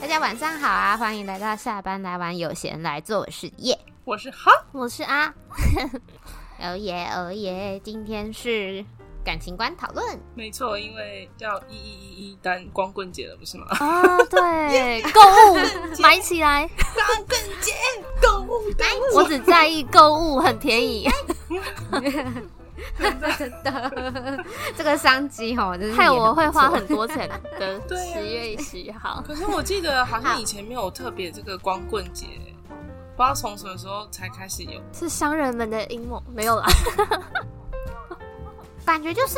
大家晚上好啊！欢迎来到下班来玩，有闲来做，我是叶，我是哈，我是啊。 哦耶哦耶！今天是感情观讨论没错，因为要一一一一单光棍节了，不是吗？啊，哦 对，购物 买起来，光棍节，购物单，我只在意购物很便 宜，真的 真的，这个商机哦，真是害也我很会不花错很多钱的对啊十月十号。可是我记得好像以前没有特别这个光棍节，不知道从什么时候才开始有。是商人们的阴谋，没有啦。感觉就是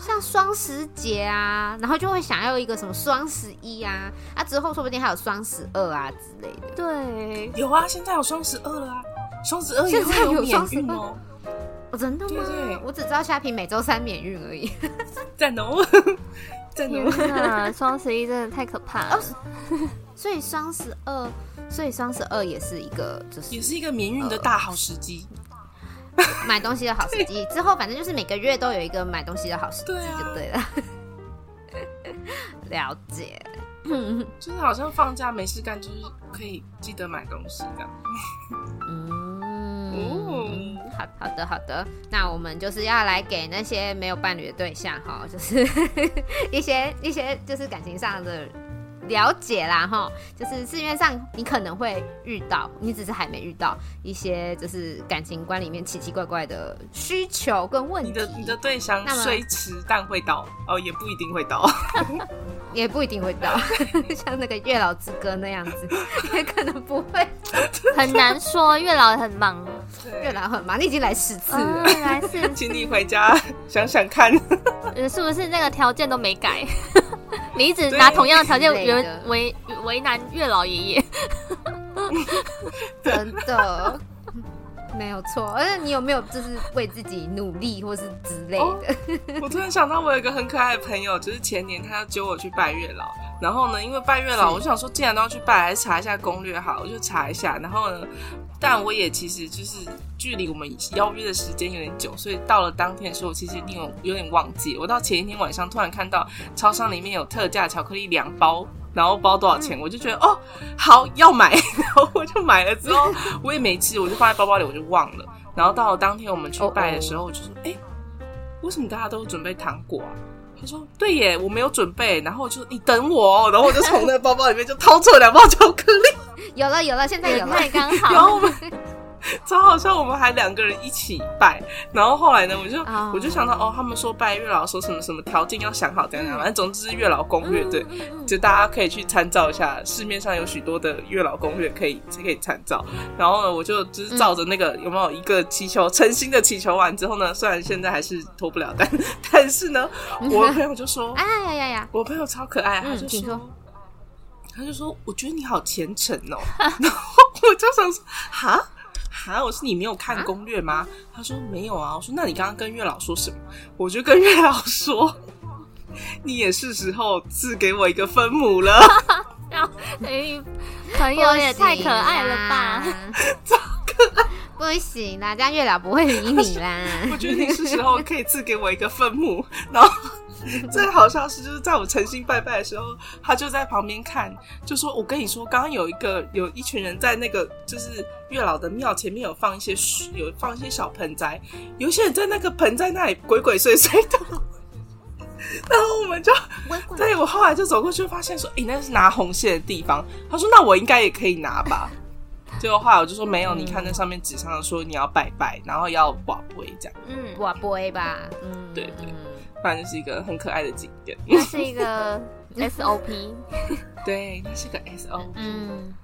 像双十节啊，然后就会想要一个什么双十一啊，啊之后说不定还有双十二啊之类的。 对，有啊，现在有双十二了啊，双十二也现在会有免双十运二哦，哦、真的吗？对对我只知道虾皮每周三免运而已。 赞 哦，赞天哦。哪，双十一真的太可怕了。所以双十二，所以双十二也是一个就是也是一个免运的大好时机，买东西的好时机。之后反正就是每个月都有一个买东西的好时机对啊就对了。 了解，就是好像放假没事干，就是可以记得买东西这样。嗯，哦好好的好的，那我们就是要来给那些没有伴侣的对象哈，就是 一些一些就是感情上的了解啦哈，就是市面上你可能会遇到，你只是还没遇到一些就是感情观里面奇奇怪怪的需求跟问题，你的你的对象那么虽迟但会到，哦，也不一定会到。也不一定会到，像那个月老之歌那样子，也可能不会。 很难说，月老很忙。月老很忙，你已经来十次啊了，原来是，请你回家 想想看。呃 是不是那个条件都没改？ 你一直拿同样的条件对之类的为为为难月老爷爷。真的。没有错，而且你有没有就是为自己努力或是之类的？我突然想到，我有一个很可爱的朋友，就是前年他要揪我去拜月老，然后呢，因为拜月老，我就想说，既然都要去拜，还是查一下攻略好，我就查一下。然后呢，但我也其实就是距离我们邀约的时间有点久，所以到了当天的时候，我其实已经有有点忘记。我到前一天晚上突然看到超商里面有特价巧克力两包。然后包多少钱，我就觉得哦，好要买，然后我就买了之后，我也没吃，我就放在包包里，我就忘了。然后到了当天我们去拜的时候，我就说，哎、为什么大家都准备糖果啊？他说：“对耶，我没有准备。”然后我就你等我、哦，然后我就从那个包包里面就掏出了两包巧克力。有了有了，现在 有了，太刚好，然后我们 超好笑，我们还两个人一起拜。然后后来呢，我就、哦我就想到哦，他们说拜月老说什么什么条件要想好，怎样怎样，反正总之是月老攻略对。就大家可以去参照一下，市面上有许多的月老攻略可以可以参照。然后呢，我就就是照着那个、有没有一个祈求，诚心的祈求完之后呢，虽然现在还是脱不了单，但 是呢，我的朋友 就说，哎呀呀呀，我朋友超可爱，他就嗯请说，说他就说，我觉得你好虔诚哦。 然后我就想说，哈哈，我是你没有啊看攻略吗？他说没有啊。我说那你刚刚跟月老说什么？我就跟月老说， 你也是时候赐给我一个分母了。然后哎，朋友也太可爱了吧！不行啦，这样月老不会理你啦。我觉得你是时候可以赐给我一个分母。然后最好笑是，就是在我诚心拜拜的时候，他就在旁边看，就说：“我跟你说，刚刚有一个有一群人在那个就是月老的庙前面有放一些树有放一些小盆栽，有一些人在那个盆栽那里鬼鬼祟祟的。”然后我们就，对我后来就走过去，发现说，诶、那是拿红线的地方。他说，那我应该也可以拿吧。 结果后来我就说，没有，你看那上面纸上说你要拜拜，然后要保杯这样。嗯，我不会吧？嗯，对对嗯反正就是一个很可爱的景点。 那是一个 SOP。对，它是个 S O，嗯，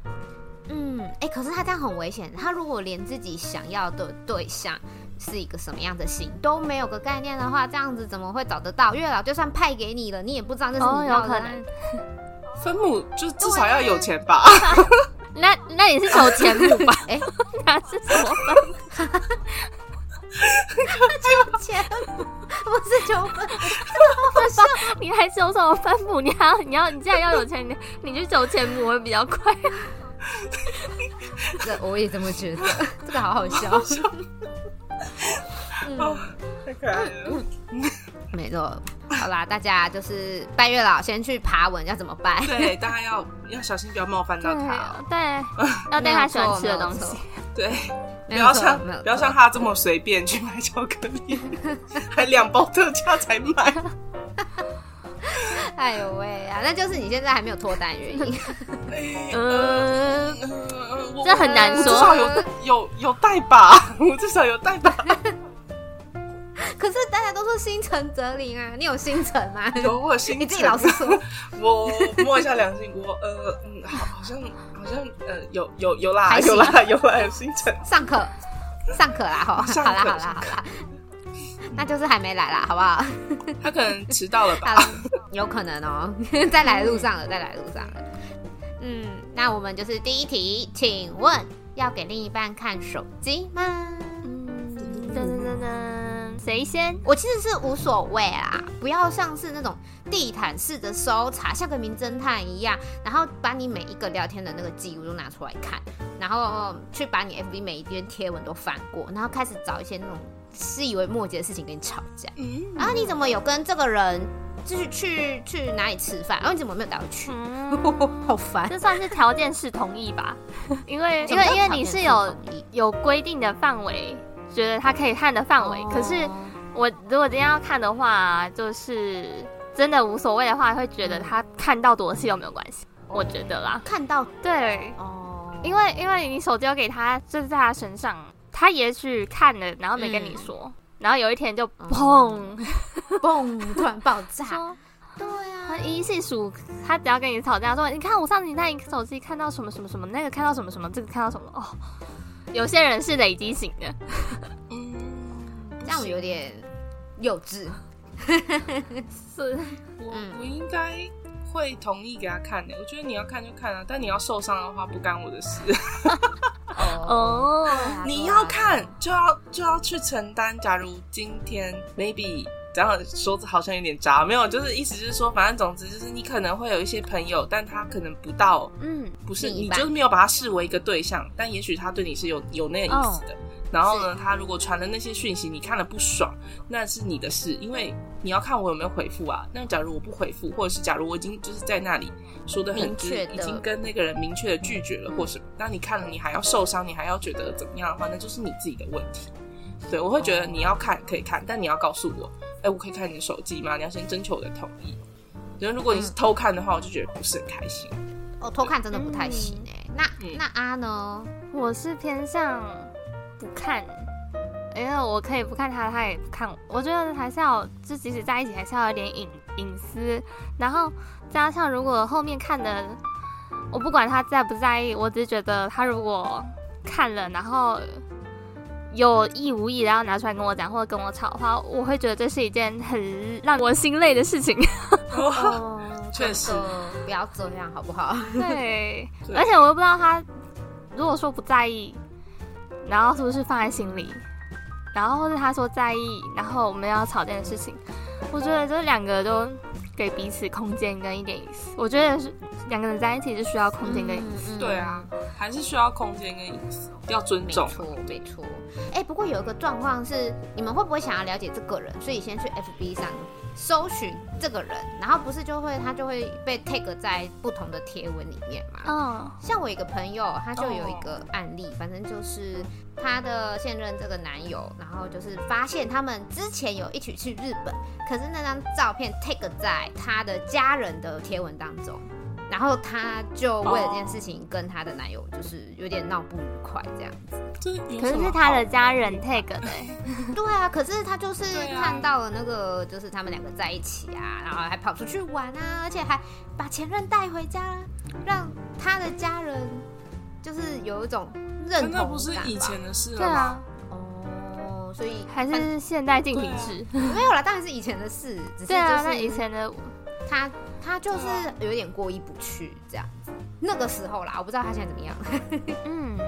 嗯，哎、可是他这样很危险。他如果连自己想要的对象是一个什么样的型都没有个概念的话，这样子怎么会找得到？月老就算派给你了，你也不知道那是哦你要有的、可啊能分母就是至少要有钱吧？那那你是求前母 吧？ 哎、那是什么？钱不是九分，分母，你还求什么分母？你还要你要你既然要有钱，你你去求钱母会比较快。 这我也这么觉得，这个好好笑。哦嗯，太可爱了。没错。好啦，大家就是拜月老，先去爬文要怎么拜？ 对，大家要要小心，不要冒犯到他哦。 对，要带他喜欢吃的东西。对，不啊没有要错，像没有不要像错。他这么随便去买巧克 力，还两包特价才买。哎呦喂啊，那就是你现在还没有脱单的原因。呃嗯，我这很难 我至说。少有有有带吧，我至少有带吧，可是大家都说心诚则灵啊，你有心诚吗？有我心你自己诚老实说。我摸一下良心，我呃嗯，好，好像好像呃有有有啦，还行有啦有啦有星辰，上课，上课啦吼，好上啦课好啦好啦，那就是还没来啦，好不 好？他可能迟到了 好吧？啦有可能哦， 在来路上了，在来路上了。嗯，那我们就是第一题，请问要给另一半看手机吗？嗯噔噔噔噔，谁先？我其实是无所谓啦，不要像是那种地毯式的搜查，像个名侦探一样，然后把你每一个聊天的那个记录都拿出来看，然后去把你 FB 每一篇贴文都翻过，然后开始找一些那种自以为末节的事情跟你吵架。嗯，啊，你怎么有跟这个人就是去去哪里吃饭？然、后你怎么没有带我去？嗯，好烦， 这算是条件式同 意吧？因为因什么为叫因为条你件是式有同意有规定的范围，觉得他可以看的范哦围，可是。我如果今天要看的话，就是真的无所谓的话，会觉得他看到多细都没有关系，我觉得啦。看到对，哦，因为 因为你手机要给他，就是在他身上，他也许看了，然后没跟你说，嗯然后有一天就砰，嘣突然爆 炸，说对啊他，一一细数，他只要跟你吵架说，你看我上次你那你手机看到什么什么什么，那个看到什么什么，这个看到什么哦。有些人是累积型的，嗯这样有点幼稚。是我嗯我应该会同意给他看的，我觉得你要看就看啊，但你要受伤的话不干我 的事，哦，哦，对啊你要，看就要就要去承担。假如今天 maybe。这样说好像有点渣，没有，就是意思就是说，反正总之就是你可能会有一些朋友，但他可能不到嗯，不是另一你半就是没有把他视为一个对象，但也许他对你是有有那个意思哦的。然后呢，他如果传的那些讯息你看了不爽，那是你的事，因为你要看我有没有回复啊。那假如我不回复，或者是假如我已经就是在那里说的很明确的已经跟那个人明确的拒绝了或什么，那你看了你还要受伤，你还要觉得怎么样的话，那就是你自己的问题。对，我会觉得你要看可以看，但你要告诉我，哎，我可以看你的手机吗？你要先征求我的同意。因为如果你是嗯偷看的话，我就觉得不是很开心。我哦偷看真的不太行哎。那嗯那阿 呢？我是偏向不看，因为我可以不看他，他也不看我。我觉得还是要，就即使在一起，还是要有点隐隐私。然后加上，如果后面看的，我不管他在不在意，我只是觉得他如果看了，然后有意无意然后拿出来跟我讲，或者跟我吵的话，我会觉得这是一件很让我心累的事情。哦，确实真的不要这样好不 好？ 对，对而且我又不知道他如果说不在意，然后是不是放在心里，然后或是他说在意，然后我们要吵这件事情，我觉得这两个都给彼此空间跟一点隐私。我觉得是两个人在一起是需要空间跟隐私。嗯对啊，还是需要空间跟隐私，要尊没重错。，没错。哎、不过有一个状况是，你们会不会想要了解这个人，所以先去 FB 上搜寻这个人，然后不是就会他就会被 tag 在不同的贴文里面嘛？嗯，像我一个朋友，他就有一个案例，反正就是他的现任这个男友，然后就是发现他们之前有一起去日本，可是那张照片 tag 在他的家人的贴文当中，然后他就为了这件事情跟他的男友就是有点闹不愉快这样子。这有什可是么是好他的家人 tag 的欸、对啊，可是他就是对啊看到了那个，就是他们两个在一起啊，然后还跑出去玩啊，而且还把前任带回家，让他的家人就是有一种认同感吧那不是以前的事对了啊吗？，哦，所以还是现代竞品制。没有啦，当然是以前的事，只是对啊，就那是以前的他他就是有点过意不去这样子。那个时候啦，我不知道他现在怎么样。嗯，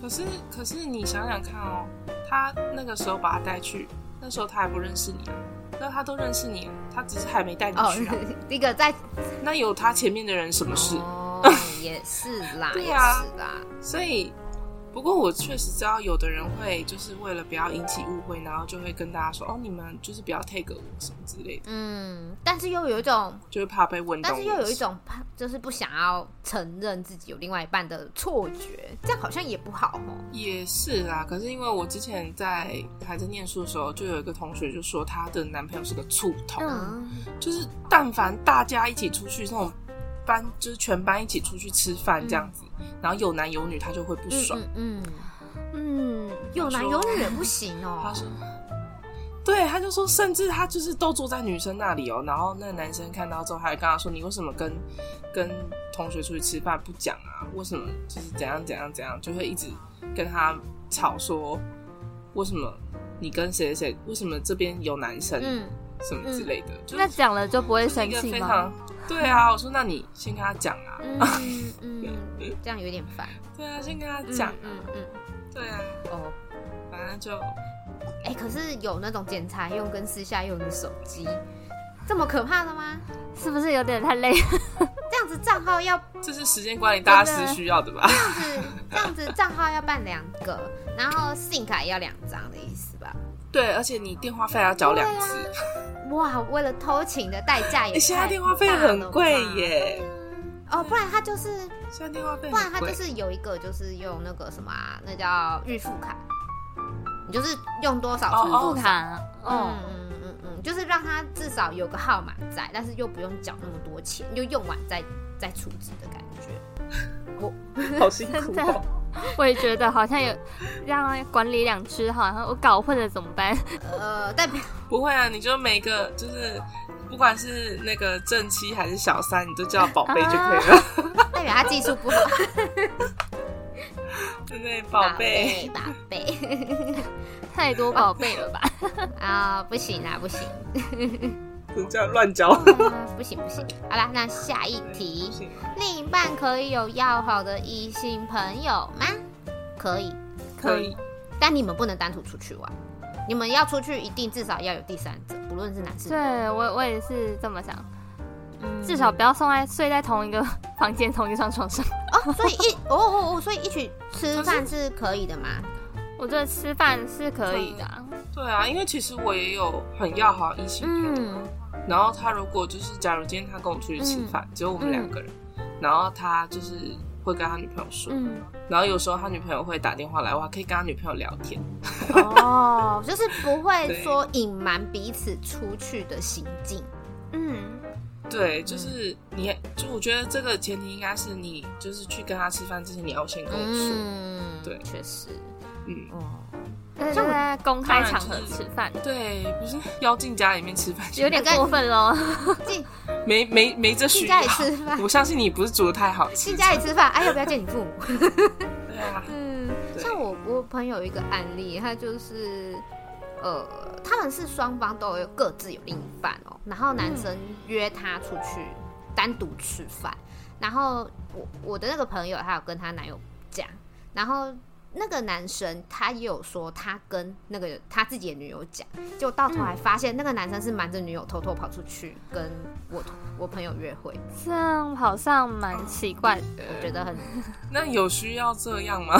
可是可是你想想看哦，他那个时候把他带去，那时候他还不认识你啊，那他都认识 你啊，他只是还没带你哦去啊，一个在那有他前面的人什么事？哦也是啦， 对也啊是啦，所以，不过我确实知道，有的人会就是为了不要引起误会，然后就会跟大家说：“哦，你们就是不要 take 我什么之类的，嗯，但是又有一种，就是怕被问到。”但是又有一种怕，就是不想要承认自己有另外一半的错觉，这样好像也不好哦。也是啦。可是因为我之前在还在念书的时候，就有一个同学就说她的男朋友是个醋桶，嗯就是但凡大家一起出去那种班，就是全班一起出去吃饭这样子，然后有男有女，他就会不嗯爽。嗯嗯，嗯，有男有女也不行他 哦。说，对，他就说，甚至他就是都坐在女生那里哦。然后那男生看到之后，还跟他说：“你为什么跟跟同学出去吃饭不讲啊？为什么就是怎样怎样怎样？”就会一直跟他吵说：“为什么你跟谁谁谁？为什么这边有男生、嗯，什么之类的？”就是嗯那讲了就不会就是生一个气非吗常？对啊。我说：“那你先跟他讲啊。嗯嗯，这样有点 烦。对啊，先跟他讲啊。嗯嗯嗯对啊，哦，反正就哎、可是有那种检查用跟私下用的手机，这么可怕的吗？是不是有点太累？这样子账号要这是时间管理大真师的需要的吧？ 这样子，这样子账号要办两个，然后信卡也要两张的意思吧？对，而且你电话费还要缴两次。哇，为了偷情的代价也哎、太现在电话费很贵大了耶！吧。哦，不然他就是，现在电话费不然很他就贵，是有一个就是用那个什么、啊，那叫预付卡，你就是用多少哦付哦不多少卡，嗯哦，嗯嗯嗯，就是让他至少有个号码在，但是又不用缴那么多钱，就用完再再处置的感觉。 好辛苦哦真的。我也觉得好像有让管理两只，好像我搞混了怎么办？ 呃，代 表不会啊，你就每个就是，不管是那个正妻还是小三，你都叫宝贝就可以了。 代表他技术不好，对不对，宝贝。宝贝宝贝 太多宝贝了吧？啊，不行啦， 不行，你这样乱教。啊不行不行。好啦，那下一题不，行另一半可以有要好的异性朋友吗？可以，可以，但你们不能单独出去玩，你们要出去一定至少要有第三者，不论是男是女， 对我我也是这么想，嗯至少不要送在睡在同一个房间、同一张床上。哦，所以一哦哦哦，所以一起吃饭是可以的吗？ 我觉得吃饭是可以的啊，对啊，因为其实我也有很要好的异性朋友，嗯然后他如果就是，假如今天他跟我出去吃饭，只有我们两个人，然后他就是会跟他女朋友说，嗯，然后有时候他女朋友会打电话来，我还可以跟他女朋友聊天。哦， 就是不会说隐瞒彼此出去的行径。嗯，对，就是你，就我觉得这个前提应该是你，就是去跟他吃饭之前，你要先跟我说，嗯，对确实，嗯，哦，而且是在公开场合当然就是吃饭，对，不是邀进家里面吃饭，有点过分喽。进没没没这需进家要里。吃饭，我相信你不是煮的太好吃进，家里吃饭，哎，要不要见你父母？对啊，嗯，对像我我朋友有一个案例，他就是呃，他们是双方都有各自有另一半哦，然后男生约她出去单独吃饭，然后我我的那个朋友她有跟她男友讲，然后。那个男生他也有说，他跟那个他自己的女友讲，结果到头来发现那个男生是瞒着女友偷偷跑出去跟我我朋友约会， 这样好像蛮奇怪的，我觉得很那有需要这样吗？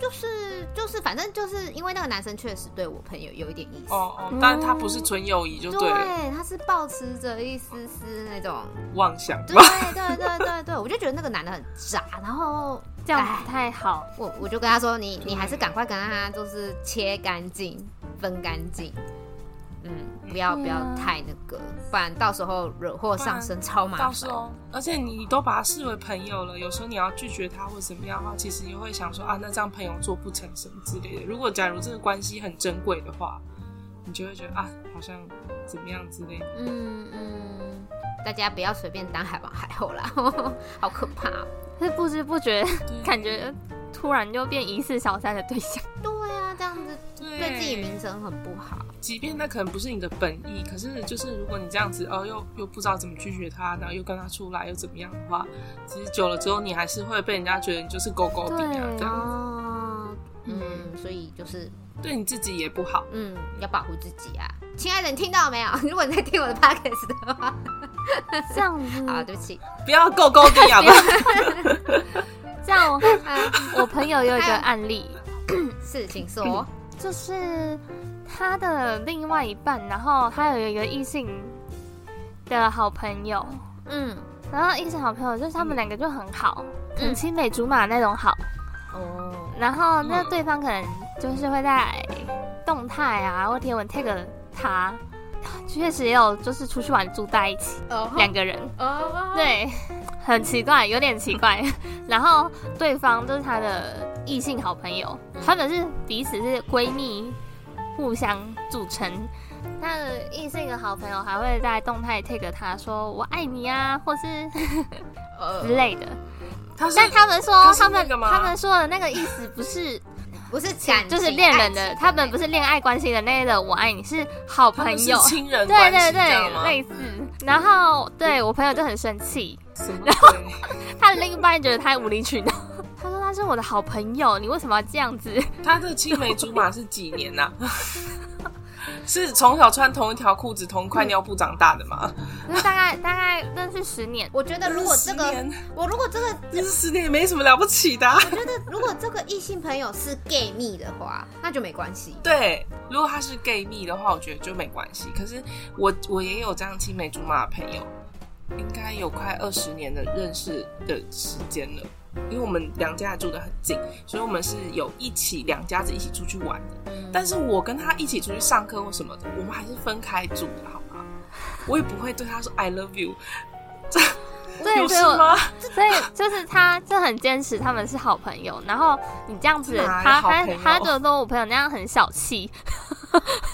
就是就是，反正就是因为那个男生确实对我朋友有一点意思，哦哦，但他不是纯友谊就对了，他是抱持着一丝丝那种，妄想对吧。对对对对，我就觉得那个男的很渣，然后哎这样不太好。我我就跟他说，你你还是赶快跟他就是切干净，分干净。嗯，不要不对要啊太那个，不然到时候惹祸上身超麻啊到时烦。候，而且你都把他视为朋友了，有时候你要拒绝他或怎么样的话，其实你会想说啊，那这样朋友做不成什么之类的。如果假如这个关系很珍贵的话，你就会觉得啊，好像怎么样之类的。嗯嗯，大家不要随便当海王海后啦， 好可怕哦、是不知不觉 对感觉突然就变疑似小三的对象，对啊，这样子对对自己名声很不好。即便那可能不是你的本意，可是就是如果你这样子哦，又又不知道怎么拒绝他，然后又跟他出来又怎么样的话，其实久了之后你还是会被人家觉得你就是狗狗底啊对。这样哦，嗯，所以就是对你自己也不好。嗯，要保护自己啊，亲爱的，你听到没有？ 如果你在听我的哦 podcast 的话，这样 子，好，对不起，不要够够低好不好？这样我 呃啊，我朋友有一个案例，是，请说。就是他的另外一半，然后他有一个异性的好朋友，嗯，然后异性好朋友就是他们两个就很好，嗯很青梅竹马那种好，哦，然后那嗯对方可能就是会在动态啊或贴文 tag 他，确实也有就是出去玩住在一起哦两个人，哦，，对，很奇怪，有点奇怪。 然后对方就是他的异性好朋友，他们是彼此是闺蜜，互相组成。他的异性的好朋友还会在动态 tag 他说“我爱你啊”或是呃之类的，他是但他们说他是他那们个吗他们说的那个意思 不是不是感情，就是恋人爱的，情他们不是恋爱关系的那个“我爱你”，是好他朋们是友，亲人对关系，对这样吗对，类似。然后对我朋友就很生气，什么鬼？他的另一半觉得他无理取闹， 他说他是我的好朋友，你为什么要这样子？ 他的青梅竹马是几年呐、 是从小穿同一条裤子、同一块尿布长大的吗？就是大概大概认识十年，我觉得如果这十个，年我如果这个，认识十年也没什么了不起的啊、 我觉得如果这个异性朋友是 gay 蜜的话，那就没关系。对，如果他是 gay 蜜的话，我觉得就没关系。可是我我也有这样青梅竹马的朋友，应该有快二十年的认识的时间了。因为我们两家住得很近，所以我们是有一起两家子一起出去玩的。嗯但是我跟他一起出去上课或什么的，我们还是分开住的，好吗？我也不会对他说 I love you，对，有所事以我吗？ 所以就是他就很坚持他们是好朋友，然后你这样子，是哪他好他朋友他觉得说我朋友那样很小 气，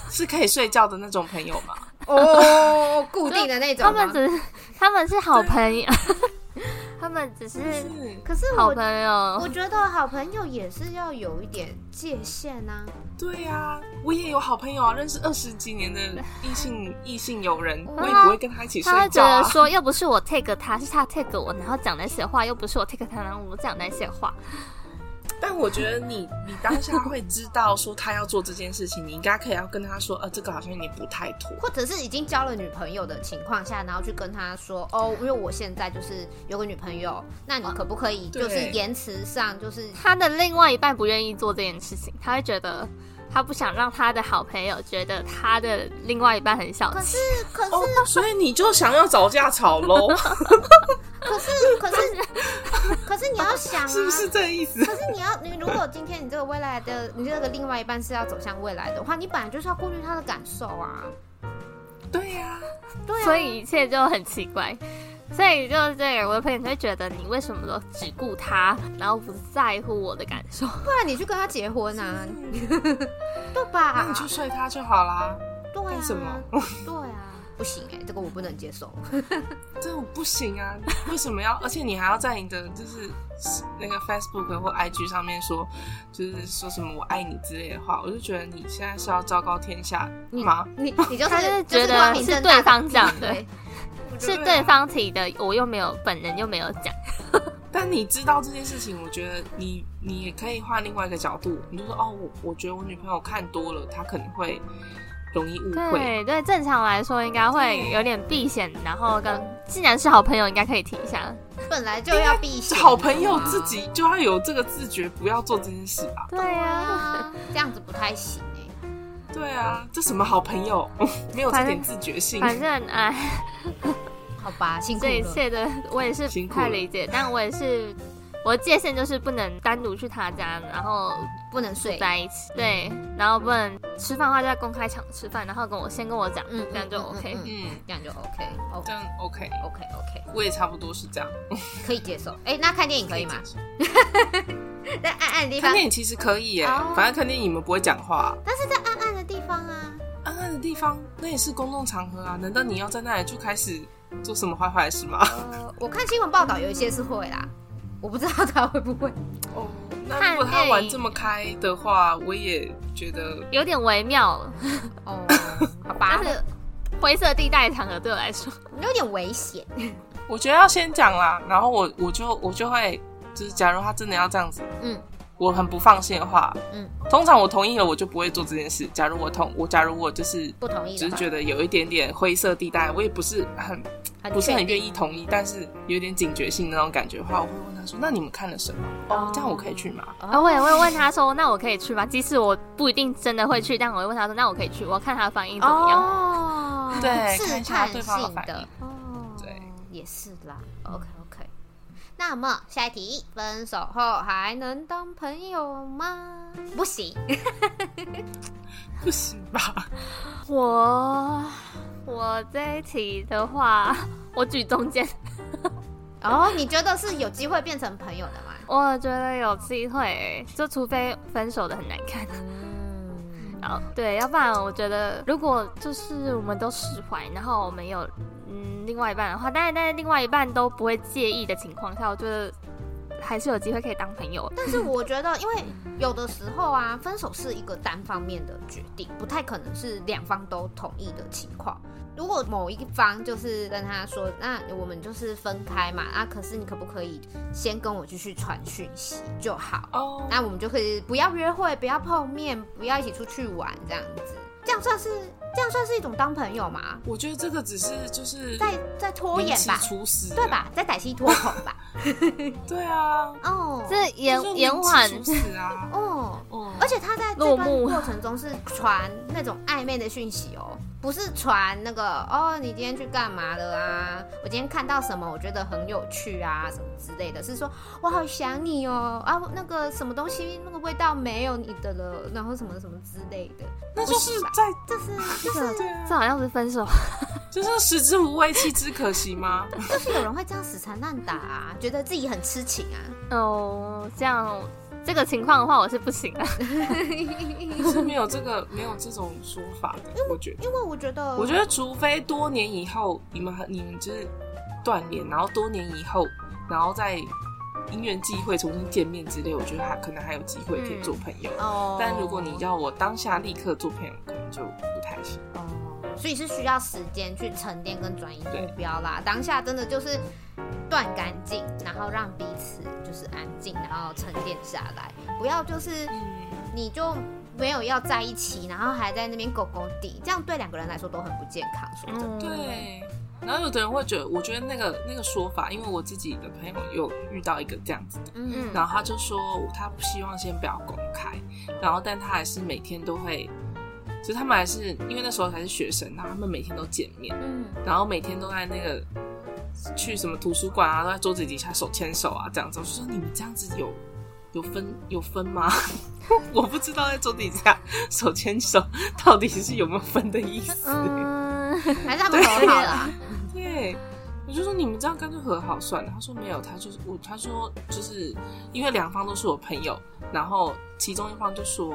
是可以睡觉的那种朋友吗？哦，固定的那种他吗。们只是他们是好朋 友，他们只是是，可是 好我朋友我，觉得好朋友也是要有一点界限啊。对呀、我也有好朋友啊，认识二十几年的异性异性友人，嗯我也不会跟他一起睡他会觉觉得啊。说又不是我 take 他，是他 take 我，然后讲那些话，又不是我 take 他，然后我讲那些话，但我觉得你你当下会知道说他要做这件事情，你应该可以要跟他说，呃，这个好像你不太妥。或者是已经交了女朋友的情况下，然后去跟他说哦，因为我现在就是有个女朋友，那你可不可以就是对言辞上就是他的另外一半不愿意做这件事情，他会觉得他不想让他的好朋友觉得他的另外一半很小可是。气可是哦，所以你就想要找架吵喽， 可是 可是可是你要想啊，是不是这个意思？可是你要，你如果今天你这个未来的，你这个另外一半是要走向未来的话，你本来就是要顾虑他的感受啊。对呀、对啊，所以一切就很奇怪。所以就是这个，我的朋友就会觉得你为什么都只顾他，然后不在乎我的感受？不然你去跟他结婚啊， 对那吧你？去睡他就好啦。对啊，干什么？对啊，不行哎、这个我不能接受。这种不行啊！为什么要？而且你还要在你的就是那个 Facebook 或 IG 上面说，就是说什么“我爱你”之类的话，我就觉得你现在是要昭告天下嗯吗？你你就是他就是就觉得光明正大是对方讲的对我觉得啊是对方提的，我又没有，本人又没有讲。但你知道这件事情，我觉得你你也可以换另外一个角度，你就说哦，我我觉得我女朋友看多了，她可能会容易误会。对对，正常来说应该会有点避嫌，然后跟既然是好朋友，应该可以提一下。本来就要避嫌。啊好朋友自己就要有这个自觉，不要做这件事吧。对对呀、啊，这样子不太行哎、对啊，这什么好朋友， 没有这反正点自觉性。反正哎。好吧，辛苦这一了。切的我也是辛不苦太了理解，但我也是我的界限就是不能单独去他家，然后不能睡住在一起，对，然后不能吃饭的话就在公开场吃饭，然后跟我先跟我讲，嗯这样就嗯嗯 OK。嗯嗯，这样就 OK 这 OK 样 OK， OK OK 我也差不多是这样。可以接受。哎、那看电影可以吗？在暗暗的地看方，电影其实可以耶，哦反正看电影你们不会讲话，但是在暗暗的地方啊。暗暗的地方那也是公众场合啊，难道你要在那里就开始做什么坏坏的事吗？呃，我看新闻报道有一些是会啦，我不知道他会不会。哦，那如果他玩这么开的话，我也觉得 有点微妙，哦，好吧但，是灰色地带的场合对我来说，有点危险。我觉得要先讲啦，然后我我就我就会就是，假如他真的要这样子，嗯，我很不放心的话，嗯，通常我同意了，我就不会做这件事。假如我同我假如我就是不同意只的是话，觉得有一点点灰色地带，我也不是很很不是确很愿定意同意，但是有点警觉性那种感觉的话，我会问他说：“那你们看了什么？哦，这样我可以去吗 啊，我也会问他说，那我可以去吗？即使我不一定真的会去，但我会问他说，那我可以去，我看他的反应怎么样。哦， 对看试一下探对方的性反的应，哦，对，嗯也是啦。OK OK，那么下一题，分手后还能当朋友吗？不行，？” 不行吧？我我这一题的话， 我举中间，哦，你觉得是有机会变成朋友的吗？我觉得有机会欸、就除非分手的很难看。啊嗯，然后对，要不然我觉得，如果就是我们都释怀，然后我们有嗯另外一半的话，但是但是另外一半都不会介意的情况下，我觉得还是有机会可以当朋友。但是我觉得，因为有的时候啊，分手是一个单方面的决定，不太可能是两方都同意的情况。如果某一方就是跟他说，那我们就是分开嘛，啊，可是你可不可以先跟我继续传讯息就好？哦，那我们就可以不要约会，不要碰面，不要一起出去玩，这样子，这样算是这样算是一种当朋友吗？我觉得这个只是就是在在拖临延期吧，处死，对？吧？在歹戏拖棚 吧？啊对啊，哦，。这延就是延临期缓处死啊 哦，哦，而且他在这落段幕过程中是传那种暧昧的讯息哦，不是传那个哦，你今天去干嘛了啊？我今天看到什么，我觉得很有趣啊，什么之类的，是说我好想你哦啊，那个什么东西那个味道没有你的了，然后什么什么之类的，那就是在这是就是对啊，这好像是分手，就是食之无味，弃之可惜吗？就是有人会这样死缠烂打啊，觉得自己很痴情啊， 哦，这样这个情况的话，我是不行的。是没有这个没有这种说法的，我觉得。因为我觉得我觉得，除非多年以后，你们很你们就是断联，然后多年以后，然后再因缘际会重新见面之类，我觉得还可能还有机会可以做朋友。哦，但如果你要我当下立刻做朋友，可能就不太行。哦，所以是需要时间去沉淀跟转移目对标啦。当下真的就是断干净，然后让彼此就是安静，然后沉淀下来，不要就是你就没有要在一起，然后还在那边狗狗地，这样对两个人来说都很不健康。说真的，嗯，对。然后有的人会觉得，我觉得那个那个说法，因为我自己的朋友有遇到一个这样子的，嗯然后他就说他希望先不要公开，然后但他还是每天都会，就是他们还是因为那时候还是学生，然后他们每天都见面。嗯，然后每天都在那个去什么图书馆啊，都在桌子底下手牵手啊，这样子。我就说你们这样子有有分有分吗？ 我不知道在桌子底下手牵手到底是有没有分的意思。嗯，还是他们和好了啊。对，我就说你们这样干脆和好算了。他说没有，他就是我，他说就是因为两方都是我朋友，然后其中一方就说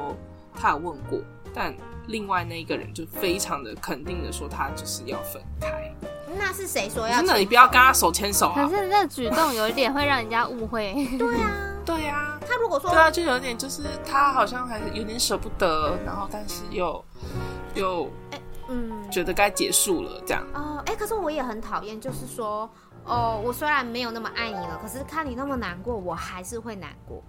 他有问过，但另外那一个人就非常的肯定的说他就是要分开。那是谁说要真的，你牵不要手跟他手牵手 可啊！是这举动有一点会让人家误 会。对啊，对呀、啊，他如果说对啊，就有点就是他好像还是有点舍不得，然后但是又又嗯，觉得该结束了这样。哦，哎、可是我也很讨厌，就是说，哦，我虽然没有那么爱你了，可是看你那么难过，我还是会难过。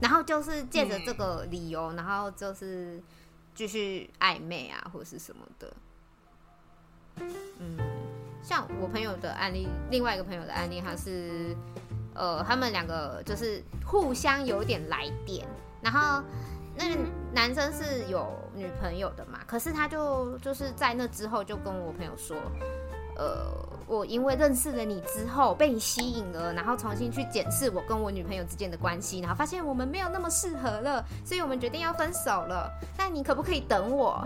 然后就是借着这个理由，然后就是继续暧昧啊，或是什么的。嗯，像我朋友的案例，另外一个朋友的案例，他是呃，他们两个就是互相有点来电，然后那个男生是有女朋友的嘛，可是他就就是在那之后就跟我朋友说，呃，我因为认识了你之后被你吸引了，然后重新去检视我跟我女朋友之间的关系，然后发现我们没有那么适合了，所以我们决定要分手了。那你可不可以等我？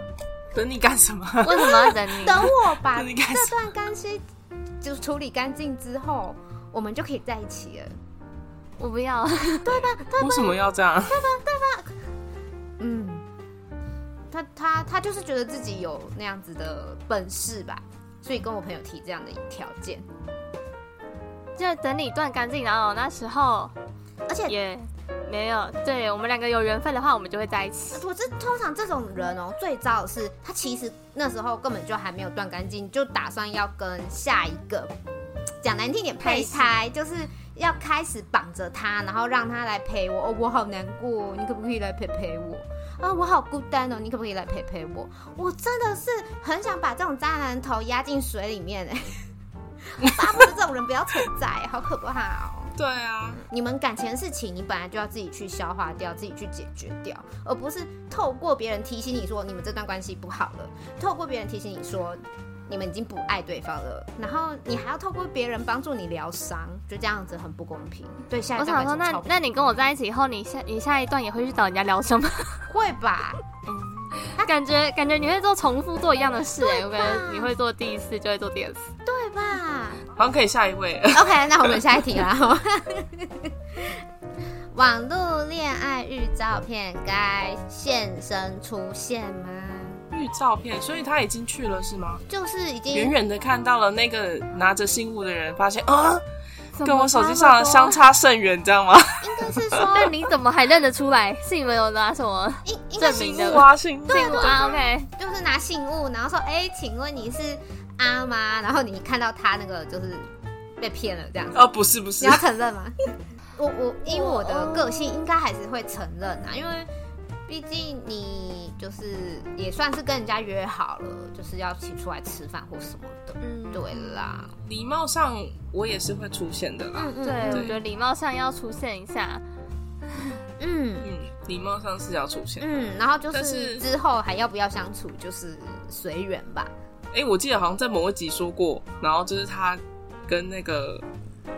等你干什么？为什么要等你？等我把等你干什这么？段关系就处理干净之后，我们就可以在一起了。我不要。为什么要这样？嗯，他他他就是觉得自己有那样子的本事吧，所以跟我朋友提这样的条件，就等你断干净，然后那时候而且。也没有。对我们两个有缘分的话，我们就会在一起。我这通常这种人哦，最糟的是他其实那时候根本就还没有断干净，就打算要跟下一个讲难听点配胚系胎，就是要开始绑着他，然后让他来陪我，哦，我好难过，你可不可以来陪陪我？啊，我好孤单哦，你可不可以来陪陪我？我真的是很想把这种渣男头压进水里面哎， 我巴不得这种人不要存在，好可怕哦。对啊，你们感情的事情，你本来就要自己去消化掉，自己去解决掉，而不是透过别人提醒你说你们这段关系不好了，透过别人提醒你说你们已经不爱对方了，然后你还要透过别人帮助你疗伤，就这样子很不公平。对下我一段想说，感情那超不那你跟我在一起以后，你下你下一段也会去找人家聊什么？ 会吧？感觉感觉你会做重复做一样的事、欸，我感吧觉你会做第一次就会做第二次。会 吧？好像可以下一位了。 OK，那我们下一题啦。网络恋爱遇照片该现身出现吗？预照片，所以他已经去了是吗？就是已远经远的看到了那个拿着信物的人，发现啊，怎跟么我手机这上么的多相差甚远，这样吗？应该是说，那你怎么还认得出来？是你们有拿什么应应该是证明信的物啊，信物。信物啊？OK，就是拿信物，然后说：“哎、请问你是阿妈？”然后你看到他那个就是被骗了这样子，哦，不是不你是要，承认 吗？我我因为我的我个性应该还是会承认哦啊，因为毕竟你就是也算是跟人家约好了，就是要一起出来吃饭或什么的。嗯，对啦，啊礼貌上我也是会出现的啦。嗯嗯对，我对觉得礼貌上要出现一下。嗯嗯，礼貌上是要出现。嗯，然后就但是是之后还要不要相处，就是随缘吧。哎、我记得好像在某一集说过，然后就是他跟那个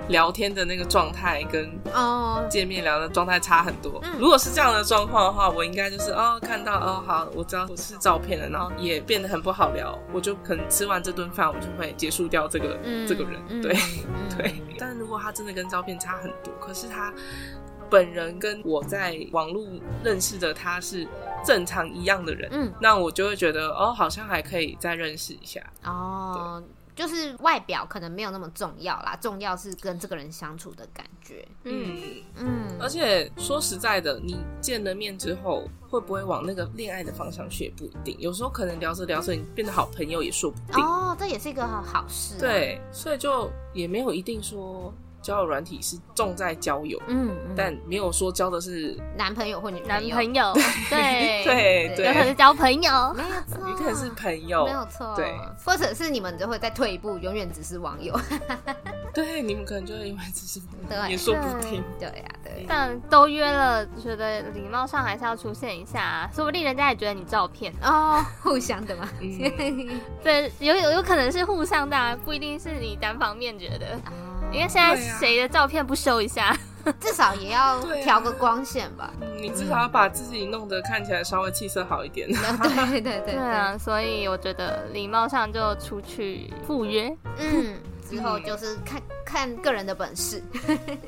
聊天的那个状态跟哦，见面聊的状态差很多嗯。如果是这样的状况的话，我应该就是哦，看到哦，好，我知道我是照片了，然后也变得很不好聊，我就可能吃完这顿饭，我就会结束掉这个、嗯这个人。嗯对、 嗯对，但如果他真的跟照片差很多，可是他本人跟我在网络认识的他是正常一样的人，嗯那我就会觉得哦，好像还可以再认识一下。哦，就是外表可能没有那么重要啦，重要是跟这个人相处的感觉。嗯，嗯，而且说实在的，你见了面之后，会不会往那个恋爱的方向去也不一定。有时候可能聊着聊着，你变得好朋友也说不定。哦，这也是一个好事、，啊对，所以就也没有一定说交友软体是重在交友，嗯，嗯但没有说交的是男朋友或女男友，朋友， 对， 对对 有可能对，是交朋友，没有错，也可能是朋友没，有错，对，或者是你们就会再退一步，永远只是网 友，对，你们可能就会因为只是 对啊也说不定。对呀、对、啊但都约了，觉得礼貌上还是要出现一下、啊，说不定人家也觉得你照片。哦，互相的嘛，嗯对，有有有可能是互相的、啊，不一定是你单方面觉得。 啊因为现在对啊谁的照片不修一下？至少也要对啊调个光线 吧，嗯你至少要把自己弄得看起来稍微气色好一点。对对对对，啊，所以我觉得礼貌上就出去赴约。嗯，之后就是看看个人的本事，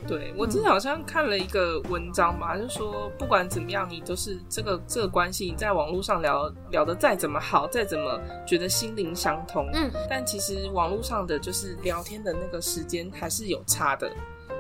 对我之嗯前好像看了一个文章吧，就说不管怎么样，你都是这个这个关系，你在网络上聊聊的再怎么好，再怎么觉得心灵相通，嗯但其实网络上的就是聊天的那个时间还是有差的。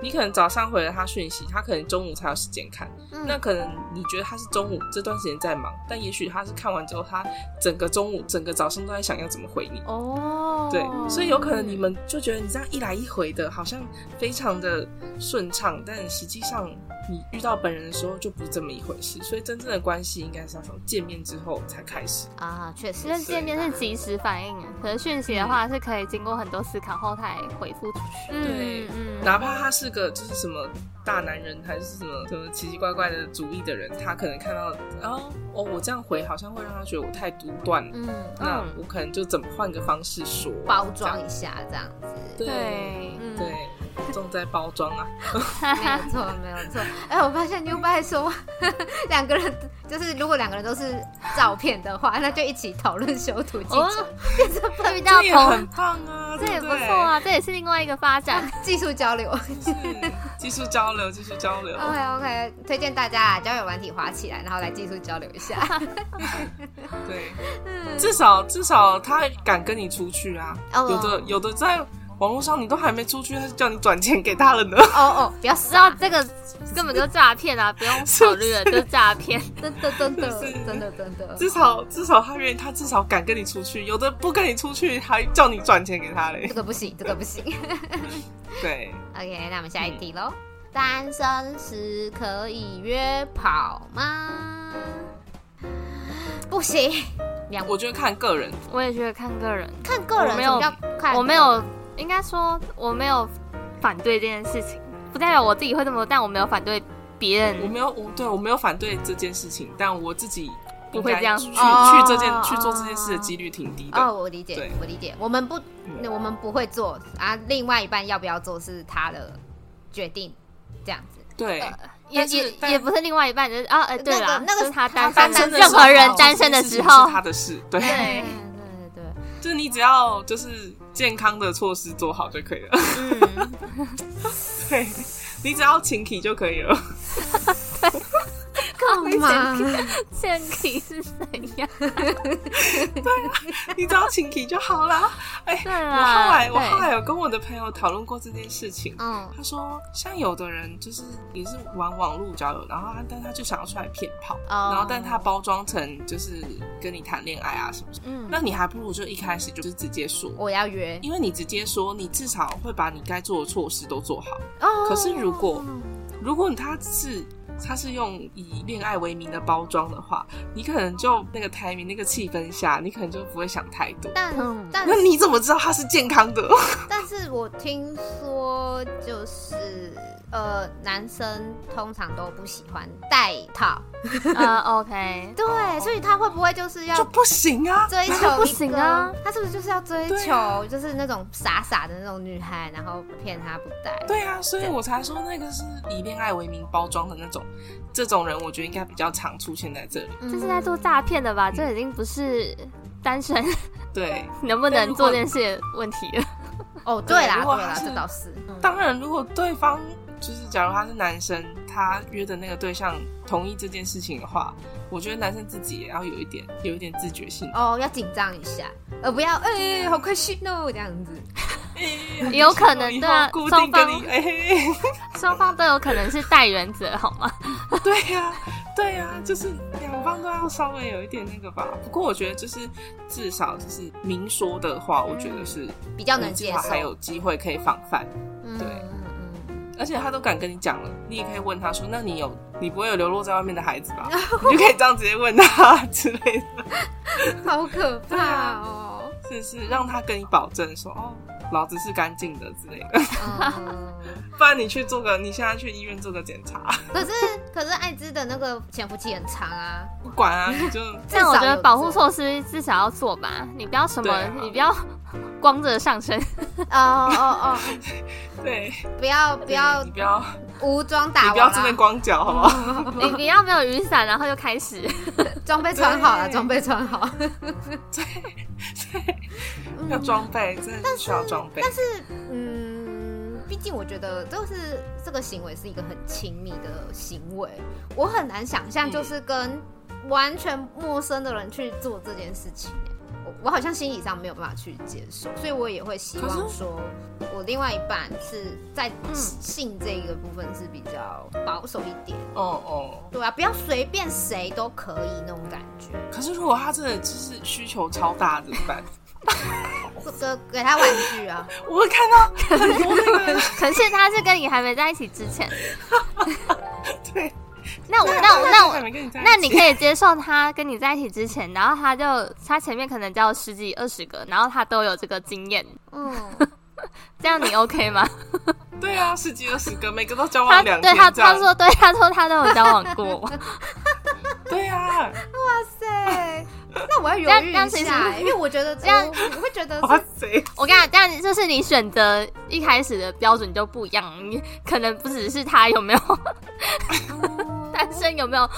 你可能早上回了他讯息，他可能中午才有时间看。嗯，那可能你觉得他是中午这段时间在忙，但也许他是看完之后，他整个中午、整个早上都在想要怎么回你。哦对，所以有可能你们就觉得你这样一来一回的，好像非常的顺畅，但实际上你遇到本人的时候就不是这么一回事。所以真正的关系应该是要从见面之后才开始。啊，确实因为是见面啦是即时反应啊，可是讯息的话是可以经过很多思考后才回复出去。对嗯哪怕他是个就是什么大男人，还是什么什么奇奇怪怪的主意的人，他可能看到哦哦，我这样回好像会让他觉得我太独断了。嗯，那我可能就怎么换个方式说包装一下这样子，这样对对，嗯，对，重在包装啊。没有错， 没有错。哎、我发现 New Bye 说， 两个人就是如果两个人都是照片的话，那就一起讨论修图技哦术、，遇 到这也同很棒啊，这对也不对错。啊，这也是另外一个发 展。技术交流。是 技术交流，技术交流。OK 嗯 OK，推荐大家啊，交友软体滑起来，然后来技术交流一 下。对，嗯至少至少他敢跟你出去啊。哦有的有的在网络上你都还没出去，他就叫你转钱给他了呢。 哦哦，不要知死道啊！这个根本就诈骗啊，不用考虑了，就是诈骗。 真的真的是真的真的，至少至少他愿意，他至少敢 跟你出去。有的不跟你出去，还叫你转钱给他嘞这。个不行，这个不行。对， OK，那我们下一题喽。单身时可以约跑吗？不行，两我觉得看个人，我也觉得看个人，看个人，我没有什么叫看我没有，应该说我没有反对这件事情，不代表我自己会这么做，但我没有反对别我嗯人。没有，我对我没有反对这件事情，但我自己不会这样应该去、哦去这件去做这件事的几率挺低的。哦，我理解对，我理解，我们不，嗯我们不会做啊。另外一半要不要做是他的决定，这样子。对，也但是也但也不是另外一半，就是啊，呃，对了，那个那个就是他他单单身身的任时何候人单身的时候是，他的事，对， 对对对对，就是你只要就是健康的措施做好就可以了，嗯， 对，你只要勤体就可以 了。干嘛？ 现体是怎样？你只要请体就好啦。哎、对我啦后来我对后来有跟我的朋友讨论过这件事情，嗯，他说像有的人就是也是玩网络交友，然后他但他就想要出来骗炮哦然后但他包装成就是跟你谈恋爱啊什么什么，嗯，那你还不如就一开始就是直接说。我要约因为你直接说，你至少会把你该做的措施都做好。哦。可是如果如果他是他是用以恋爱为名的包装的话，你可能就那个 timing 那个气氛下，你可能就不会想太多。但嗯但那你怎么知道他是健康的？但是我听说就是呃，男生通常都不喜欢戴套，哦呃，OK，对，所以他会不会就是要就不行啊！追求一那个 就不行啊？他是不是就是要追对啊求就是那种傻傻的那种女孩，然后骗她不戴？对啊，所以我才说那个是以恋爱为名包装的那种，这种人我觉得应该比较常出现在这里。嗯，这啊是在做诈骗的吧？这已经不是单身 对，能不但能如做果这件事的问题了。哦，对啦，如果对啦，他是这倒是，嗯当然如果对方就是假如他是男生，他约的那个对象同意这件事情的话，我觉得男生自己也要有一点有一点自觉性。哦，要紧张一下，呃，不要，哎、好开心哦，这样子，有可能以对啊后固定跟双你方哎、嘿嘿双方都有可能是代原者，好吗？对呀、对呀、就是两方都要稍微有一点那个吧。不过我觉得就是至少就是明说的话，我觉得是比较能你至接少还受。有机会可以防范。嗯对嗯嗯而且他都敢跟你讲了，你也可以问他说：“那你有你不会有流落在外面的孩子 吧？”你就可以这样直接问他之类的，嗯，好可怕哦。是是让他跟你保证说：“哦，老子是干净的之类的。 啊嗯，”不然你去做个，你现在去医院做个检查，可是可是艾滋的那个潜伏期很长啊，不管啊，你就至但少我觉得有保护做措施至少要做吧，你不要什么，对啊你不要 光着上身。哦哦哦，对，不要不要 你不要无装你打不要完啊这边啦，光脚，好不好？你你要没有雨伞，然后就开始。装备穿好了，对装备穿好。要装备，真的是需要装备。但是嗯，毕竟我觉得就是这个行为是一个很亲密的行为，我很难想象就是跟完全陌生的人去做这件事情欸。我我好像心理上没有办法去接受，所以我也会希望可说，我另外一半是在嗯性这一个部分是比较保守一点，哦哦，对啊，不要随便谁都可以那种感觉，可是如果他真的就是需求超大怎么办？ 或者给他玩具啊，我会看到很多那个可是他是跟你还没在一起之前，对，那我那我那我 我。没跟你在一起那你可以接受他跟你在一起之前，然后他就他前面可能交了十几二十个，然后他都有这个经验，嗯。这样你 OK 吗？对啊，十几二十个，每个都交他往两对天他这他样，说对他说他都有交往过，对啊，对，那我要犹豫这样一这样下、其实因为我觉得这样样，我会 觉得哇是塞，我跟你讲，这样就是你选择一开始的标准就不一样，你可能不只是他有没有 单身有没有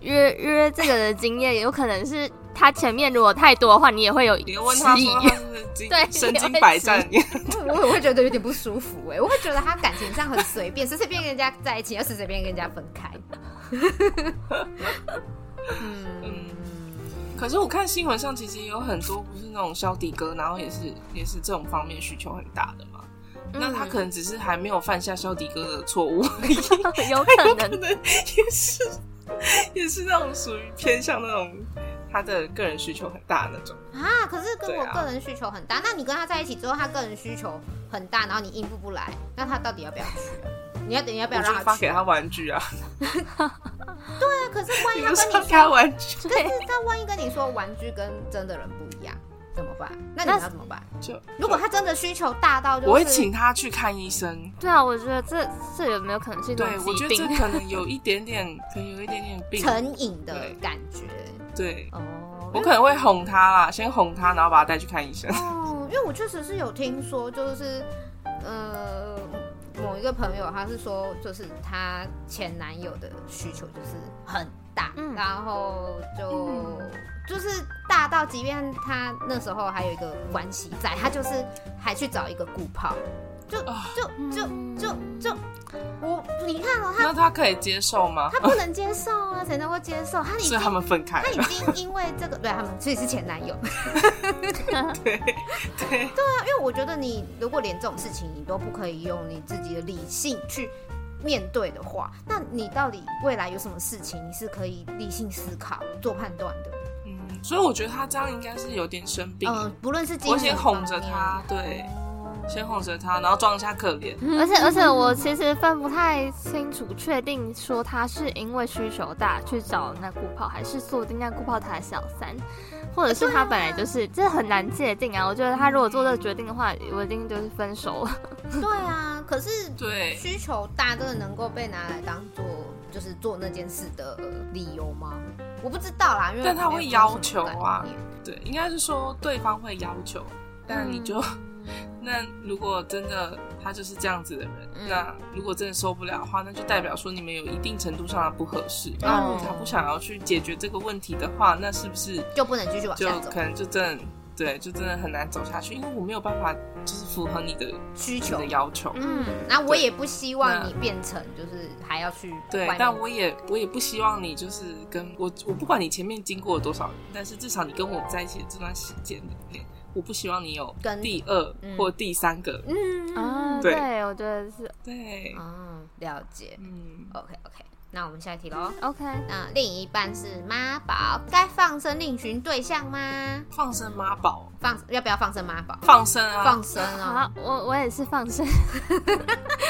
约约这个的经验，有可能是他前面如果太多的话，你也会有你又问他迟疑。说他是不是精对神经百战，你 我我会觉得有点不舒服哎、我会觉得他感情上很随便，随随便跟人家在一起，又随随便跟人家分 开。嗯， 可是我看新闻上其实也有很多不是那种肖迪哥，然后也是也是这种方面需求很大的嘛。那嗯他可能只是还没有犯下肖迪哥的错误而已， 有可可 能能也是也是那种属于偏向那种他的个人需求很大那种。啊，可是跟对我啊个人需求很大，那你跟他在一起之后，他个人需求很大，然后你应付不来，那他到底要不要去啊？你要你要不我要就让他发去给啊？他玩 具啊，对啊，可是万一你他跟不是你要给他说，玩具，可是他万一跟你说玩具跟真的人不一样，怎么办？那你那要怎么办？就 如果他真的需求大到就是，我会请他去看医生。对啊，我觉得这这有没有可能是一种对，我觉得疾这病？可能有一点点， 可能有一点点病。成瘾的对感觉对，哦。我因可为能会哄他啦，先哄他，然后把他带去看医生。哦，因为我确实是有听说，就是呃，某一个朋友他是说，就是她前男友的需求就是很大，嗯然后就。嗯就是大到，即便她那时候还有一个关系在，她就是还去找一个顾炮，就啊就嗯就就就我，你看哦，她 那他可以接受吗？她不能接受啊，谁能够接受？她已所经以他们分开他已了。经因为这个，对他们所以是前男友， 对对，因为我觉得你如果连这种事情你都不可以用你自己的理性去面对的话，那你到底未来有什么事情你是可以理性思考、做判断的？嗯，所以我觉得他这样应该是有点生病嗯、。不论是精我神先方哄着面他，对，先哄着他，然后装一下可怜。嗯 而且而且我其实分不太清楚，确定说他是因为需求大去找那顾炮，还是锁定那顾炮他的小三，或者是他本来就是，这很难界定啊。我觉得他如果做这个决定的话，我一定就是分手了。 对啊，可是对，需求大真的能够被拿来当做就是做那件事的理由吗？我不知道啦，因为但他我没有什会么要求啊概念对，应该是说对方会要求，但嗯你就、 那如果真的他就是这样子的人，嗯那如果真的受不了的话，那就代表说你们有一定程度上的不合哦适。那如果他不想要去解决这个问题的话，那是不是就不能继续往就下走可，能就真的对，就真的很难走下去，因为我没有办法就是符合你的需你求的要求。嗯，那我对也不希望那你变成就是还要去对外，面但我也我也不希望你就是跟我，我不管你前面经过了多少人，但是至少你跟我在一起的这段时间里面，我不希望你有跟第二嗯或第三个。嗯 啊，对对，我觉得是对，哦，了解嗯， ，OK OK，那我们下一题喽。 OK。那另一半是妈宝，该放生另寻对象吗？放生妈宝，放要不要放生妈宝？放生啊，放生哦，好，我我也是放生。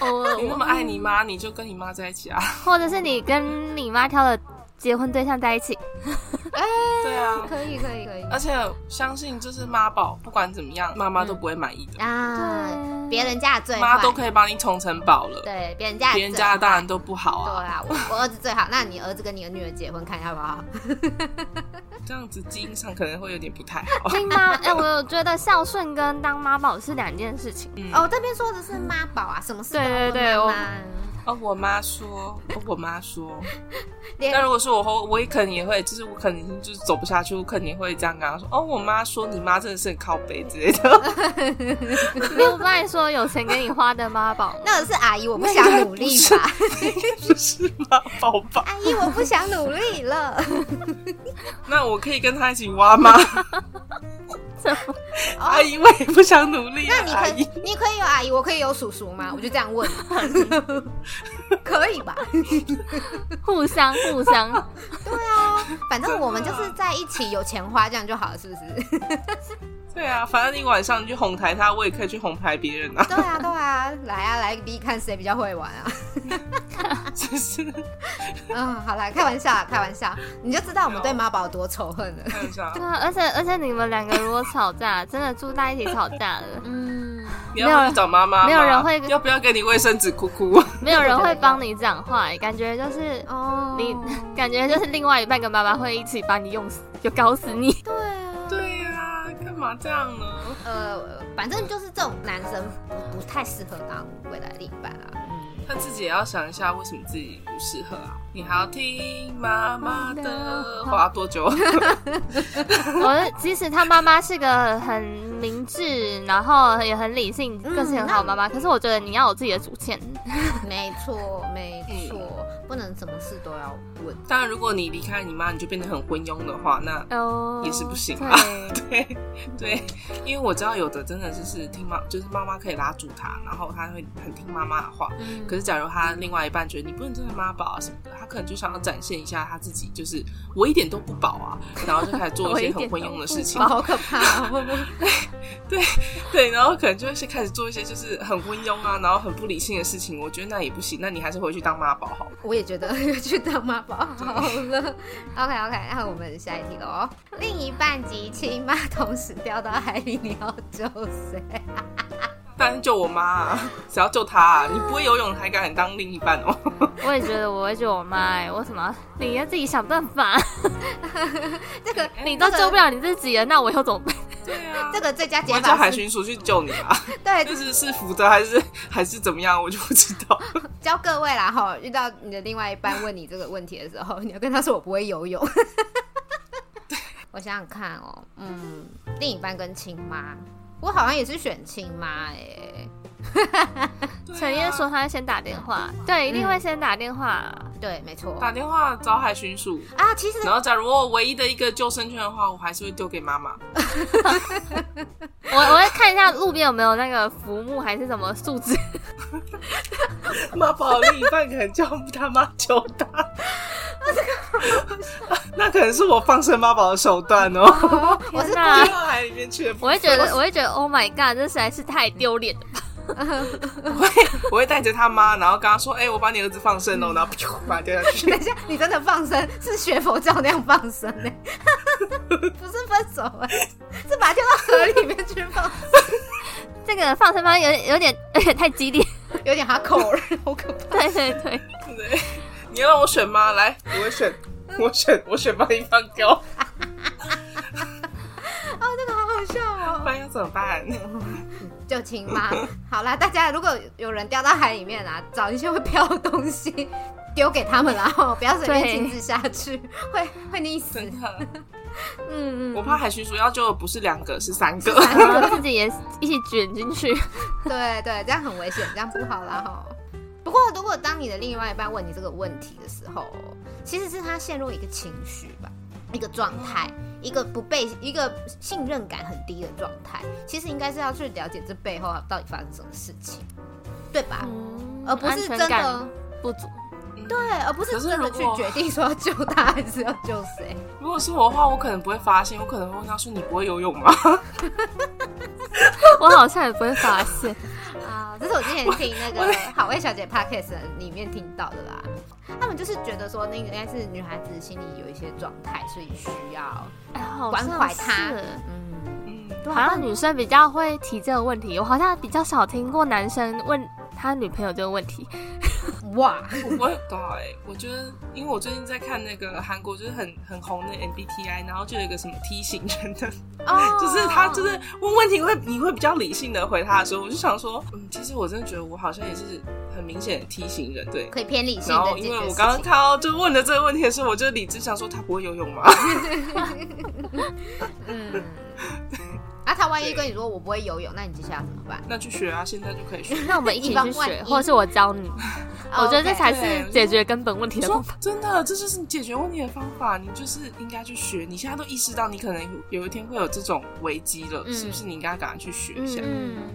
我你那么爱你妈，你就跟你妈在一起啊。 或者是你跟你妈挑的结婚对象在一起，对啊，可以可以可以而且相信就是妈宝，不管怎么样，妈妈都不会满意的，嗯啊！对别人家的最呃妈坏，都可以帮你宠成宝了，对，别人家别人最家的坏当然都不好对啊。啊，我我儿子最好，那你儿子跟你的女儿结婚看要不要？这样子基因上可能会有点不太 好。听妈，哎、我有觉得孝顺跟当妈宝是两件事情。嗯哦，这边说的是妈宝啊，什么事都要对对问对我妈妈哦，我妈说，哦我妈说，连，那如果是我后，我也可能也会，就是我可能就是走不下去，我肯定会这样跟她说，哦，我妈说你妈真的是很靠背之类的， 没有跟你说有钱给你花的妈宝那个是阿姨，我不那想应该努不力是吧？不是妈宝吧？阿姨，我不想努力 了。那我可以跟她一起挖 吗？怎么阿姨，我也不想努力、啊，那你阿可姨以，你可以有阿姨，我可以有叔叔吗？我就这样 问，可以吧？互相互相？反正我们就是在一起有钱花，这样就好了，是不是？对啊，反正你晚上你去哄抬她，我也可以去哄抬别人啊， 对啊，对啊，来啊，来比看谁比较会玩啊！真是 嗯，好啦，开玩笑，开玩笑，你就知道我们对妈宝多仇恨了。看一 下 对，啊，而且而且你们两个如果吵架，真的住在一起吵架了，嗯，你要不要去找妈妈吗？没有人会要不要给你卫生纸哭哭？没有人会帮你讲话、欸感觉就是哦，你， 感觉就是另外一半跟妈妈会一起把你用死，就搞死 你。对啊，对呀、干嘛这样呢？呃，反正就是这种男生不太适合当未来另一半啊。 嗯，他自己也要想一下为什么自己不适合啊。你还要听妈妈的话多久？ 我即使他妈妈是个很明智，然后也很理性，嗯个性很好的妈妈，可是我觉得你要有自己的主见。没错，没错。不能什么事都要问。当然，如果你离开你妈，你就变得很昏庸的话，那哦，也是不行啊对，对对， 因为我知道有的真的就是听妈，就是妈妈可以拉住他，然后他会很听妈妈的话。嗯，可是假如他另外一半觉得你不能真的妈宝啊什么的，他可能就想要展现一下他自己，就是我一点都不宝啊，然后就开始做我一一些很点昏都庸的不事情哇，。好可怕啊！会不会 对，然后可能就会先开始做一些就是很昏庸啊，然后很不理性的事情。我觉得那也不行，那你还是回去当妈宝好了。我也觉得要去当妈宝好了。OK OK，那我们下一题了哦。另一半及亲妈同时掉到海里，你要救谁？但是救我妈、啊，谁要救她、啊？你不会游泳还敢当另一半 哦？我也觉得我会救我妈、欸，为什么你要自己想办法？这个你都这个救不了你自己了，那我又怎么办？对啊这。个最佳我解要叫法海是巡署去救你啊！对就是是福的还是还是怎么样，我就不知道。教各位啦哈，遇到你的另外一半问你这个问题的时候，你要跟他说我不会游泳。 我想想看哦，嗯，另一半跟亲妈，我好像也是选亲妈哎。啊陈燕说她会先打电话，啊嗯对，一定会先打电话。对，没错打电话找海巡署，啊。其实然后假如我唯一的一个救生圈的话，我还是会丢给妈妈。我 我会看一下路边有没有那个浮木还是什么树 枝， 妈宝另一半可能叫他妈求他， 那可能是我放生妈宝的手段 哦。我是 天哪丢到海里面去的啊我会觉得我会觉得 Oh my God，这实在是太丢脸了。我会带着他妈，然后跟他说：“哎、我把你儿子放生了。”然后噗把他丢下 去等。一下，你真的放生是学佛教那样放生呢、不是分手哎、是把它丢到河里面去放，这个放生方有点有点 有点太激烈，有点哈口了，好可怕。对对对，对，你要让我选吗？来，我会选，我选，我选把你放掉。哦，这个好好笑哦。不 然要怎么办？就亲妈，好啦，大家如果有人掉到海里面啊，找一些会飘的东西丢给他们啦，哦，不要随便对亲自下去，会会溺死。真的，嗯我嗯，怕海巡署要救的不是两个，是三个。然后自己也一起卷进去。对对，这样很危险，这样不好啦吼。不过，如果当你的另外一半问你这个问题的时候，其实是他陷入一个情绪吧，一个状态，一个不被一个信任感很低的状态。其实应该是要去了解这背后到底发生什么事情，对吧？ 嗯而不是真安全的感不足。 对，而不是可是真的如去果决定说要救他还是要救谁。如果是我的话，我可能不会发现，我可能会问他说：“你不会游泳吗我好像也不会发现。啊，这是我之前听那个好味小姐 podcast 里面听到的啦。他们就是觉得说，那个应该是女孩子心里有一些状态，所以需要 哎好关像怀她是。嗯，？”嗯，好像女生比较会提这个问题，我好像比较少听过男生问他女朋友这个问题。哇，我不会懂哎、我觉得，因为我最近在看那个韩国就是很很红的 MBTI，然后就有一个什么 T 型人的 哦就是他就是问问题会你会比较理性的回他的时候，我就想说，嗯，其实我真的觉得我好像也是很明显的 T 型人，对。可以偏理性然的后解因为决我事刚刚情看到就问了这个问题的时候，我就理智想说他不会游泳吗？ 嗯， 啊，他万一跟你说我不会游泳，那你接下来怎么办？那去学啊，现在就可以学。 那我们一哦起以防去万学，一或者是我教你。我觉得这 OK 才对是解决根本问题你的方说法。真的，这就是你解决问题的方法，你就是应该去学。你现在都意识到你可能有一天会有这种危机了，嗯是不是？你应该赶快去学一下。嗯，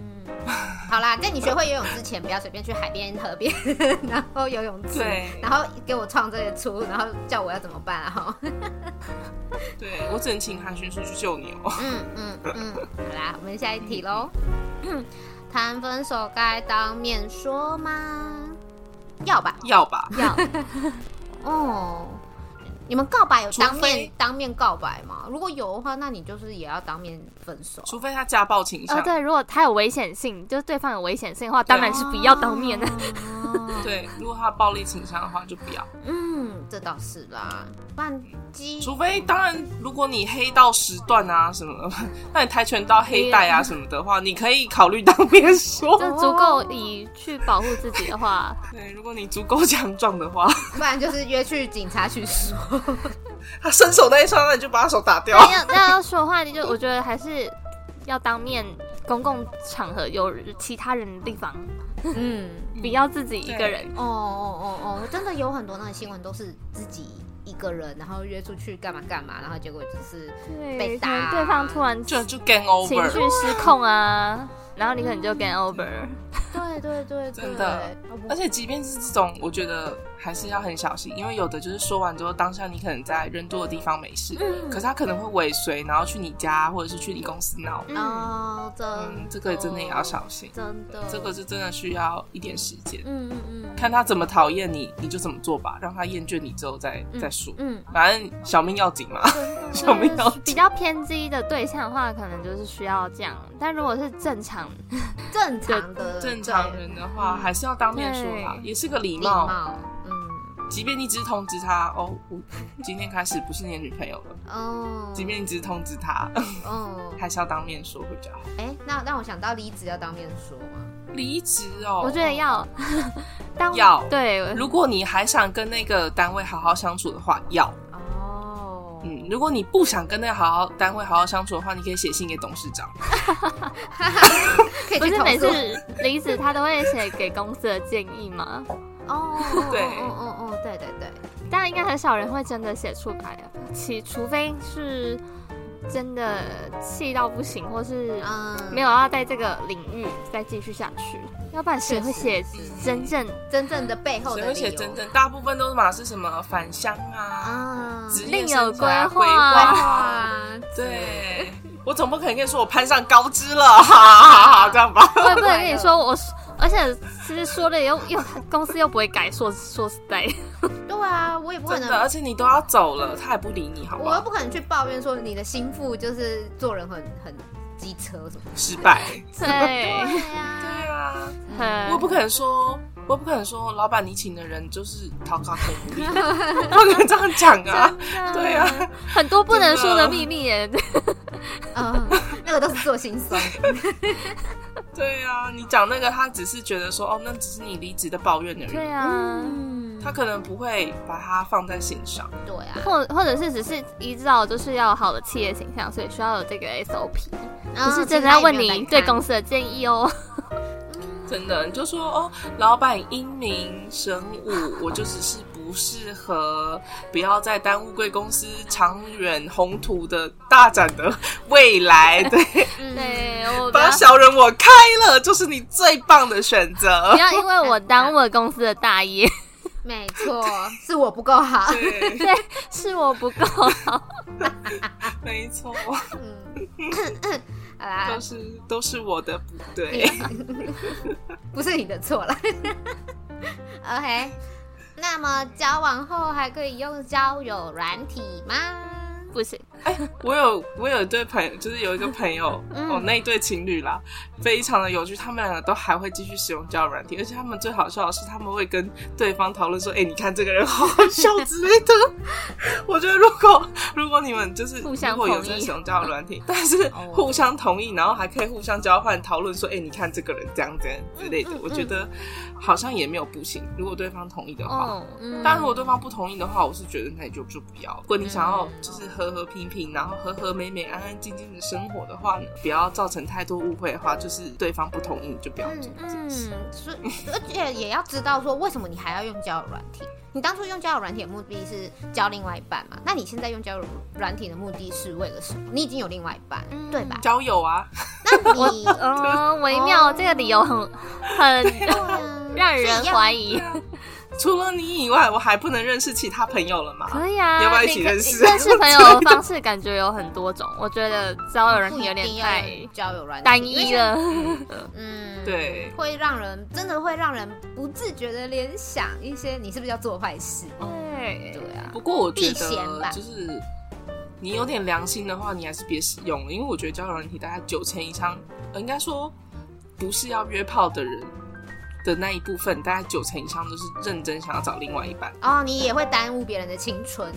好啦，在你学会游泳之前，不要随便去海边、河边， 然后游泳池对，然后给我创这个出，然后叫我要怎么办啊？哈。对我只能请韩巡叔去救你哦。 嗯嗯嗯， 好啦，我们下一题喽。嗯 谈分手该当面说吗？要吧，要吧，要哦。你们告白有当除面非当面告白吗？如果有的话，那你就是也要当面分手。啊除非他家暴倾向。哦，对，如果他有危险性，就是对方有危险性的话，当然是不要当面的。 哦对，如果他有暴力倾向的话，就不要。嗯，这倒是啦。半鸡除非当然，如果你黑到时段啊什么的， 那你跆拳道黑带啊什么的话，你可以考虑当面说。就足够以去保护自己的 话，对，如果你足够强壮的话， 不然就是约去警察局说。他伸手那一刹那你就把他手打掉那要那要说的话，你就我觉得还是要当面公共场合有其他人的地方，嗯，比较自己一个人。哦哦哦哦，真的有很多那个新闻都是自己一个人，然后约出去干嘛干嘛，然后结果就是被对，可打能对方突然就情就 game 绪 over，失控啊，然后你可能就 get over。对对对对，真的哦不而且即便是这种，我觉得还是要很小心，因为有的就是说完之后，当下你可能在人多的地方没事，嗯可是他可能会尾随，然后去你家或者是去你公司闹。嗯，哦，真嗯，这个真的也要小心，真的，这个是真的需要一点时间，嗯嗯嗯看他怎么讨厌你，你就怎么做吧，让他厌倦你之后再再说。嗯，反正小命要紧嘛，小命要就是比较偏激的对象的话，可能就是需要这样。但如果是正常，正常的正常人的话，还是要当面说啦，对也是个嗯礼对礼貌。貌，嗯即便你只是通知他，哦， 我今天开始不是你的女朋友了，哦，即便你只是通知他， 哦，还是要当面说会比较好。哎，那让我想到离职要当面说嘛，离职哦，我觉得要 当要对，我如果你还想跟那个单位好好相处的话，要。哦，嗯，如果你不想跟那个好好单位好好相处的话，你可以写信给董事长。可以不去是投每次诉离职他都会写给公司的建议吗？哦，对哦哦哦，对对对，但应该很少人会真的写出来啊，其除非是真的气到不行，或是嗯，没有要在这个领域再继续下去，要不然谁会写真正真正的背后的谁理会由写真正？大部分都是嘛是什么返乡啊，啊，职业另有生涯规划规 划。哇，对，我总不可能跟你说我攀上高枝了，哈哈哈，这样吧。 我也不能跟你说我，而且其实说的又又公司又不会改，说说实在，对啊，我也不可真的，能而。且你都要走了，他也不理你，好不我又好？不可能去抱怨说你的心腹就是做人很很机车什么的。失败。 对，对呀，啊，我也很不可能说，我也不可能说，老板你请的人就是讨卡可不理，我不能这样讲啊。对啊，很多不能说的秘密耶，嗯，那个都是做心酸。对啊，你讲那个，他只是觉得说，哦，那只是你离职的抱怨而已， 对啊。嗯，他可能不会把它放在心上。对啊，或或者是只是依照就是要有好的企业形象，所以需要有这个 SOP，不嗯是真的要问你对公司。司的建议哦。真的，你就说哦，老板英明神武，我就只是不适合，不要再耽误贵公司长远宏图的大展的未来。对， 嗯对，我不要把小人我开了，就是你最棒的选择 不。要因为我耽误了公司的大业，没 错，是我不够好。对， 是我不够好。没错，嗯，好啦都，是都是我的不对。啊你 不是你的错啦。OK，那么交往后还可以用交友软体吗？ 不行，我有我有一对朋友，就是有一个朋友，嗯哦，那一对情侣啦，非常的有趣，他们两个都还会继续使用交友软体，而且他们最好笑的是，他们会跟对方讨论说，哎、你看这个人好好笑之类的。 我觉得如果如果你们就是互相如果有同意在使用交友软体，但是哦互相同意，然后还可以互相交换讨论说，哎、你看这个人这样这样之类的，嗯嗯我觉得好像也没有不行，如果对方同意的话。哦，嗯但如果对方不同意的话，我是觉得那你就就不要。如果你想要嗯就是和和平平，然后和和美美、安安静静的生活的话呢，不要造成太多误会的话，就是对方不同意你就不要做这件事。嗯，所以而且也要知道说，为什么你还要用交友软体？你当初用交友软体的目的是交另外一半嘛？那你现在用交友软体的目的是为了什么？你已经有另外一半，嗯对吧？交友啊， 那你嗯，微妙，这个理由很 很啊让人怀疑。疑。除了你以外，我还不能认识其他朋友了嘛？可以要不啊，要一你起可认识 认识朋友的方式感觉有很多种，我觉得交友软不体有一点定要太用交友软体单一，了。嗯，，对，会让人真的会让人不自觉的联想一些，你是不是要做坏事？对对，啊，不过我觉避嫌吧得就是你有点良心的话，你还是别使用了，因为我觉得交友软体大概九成以上，呃应该说不是要约炮的人的那一部分，大概九成以上都是认真想要找另外一半。哦，你也会耽误别人的青春，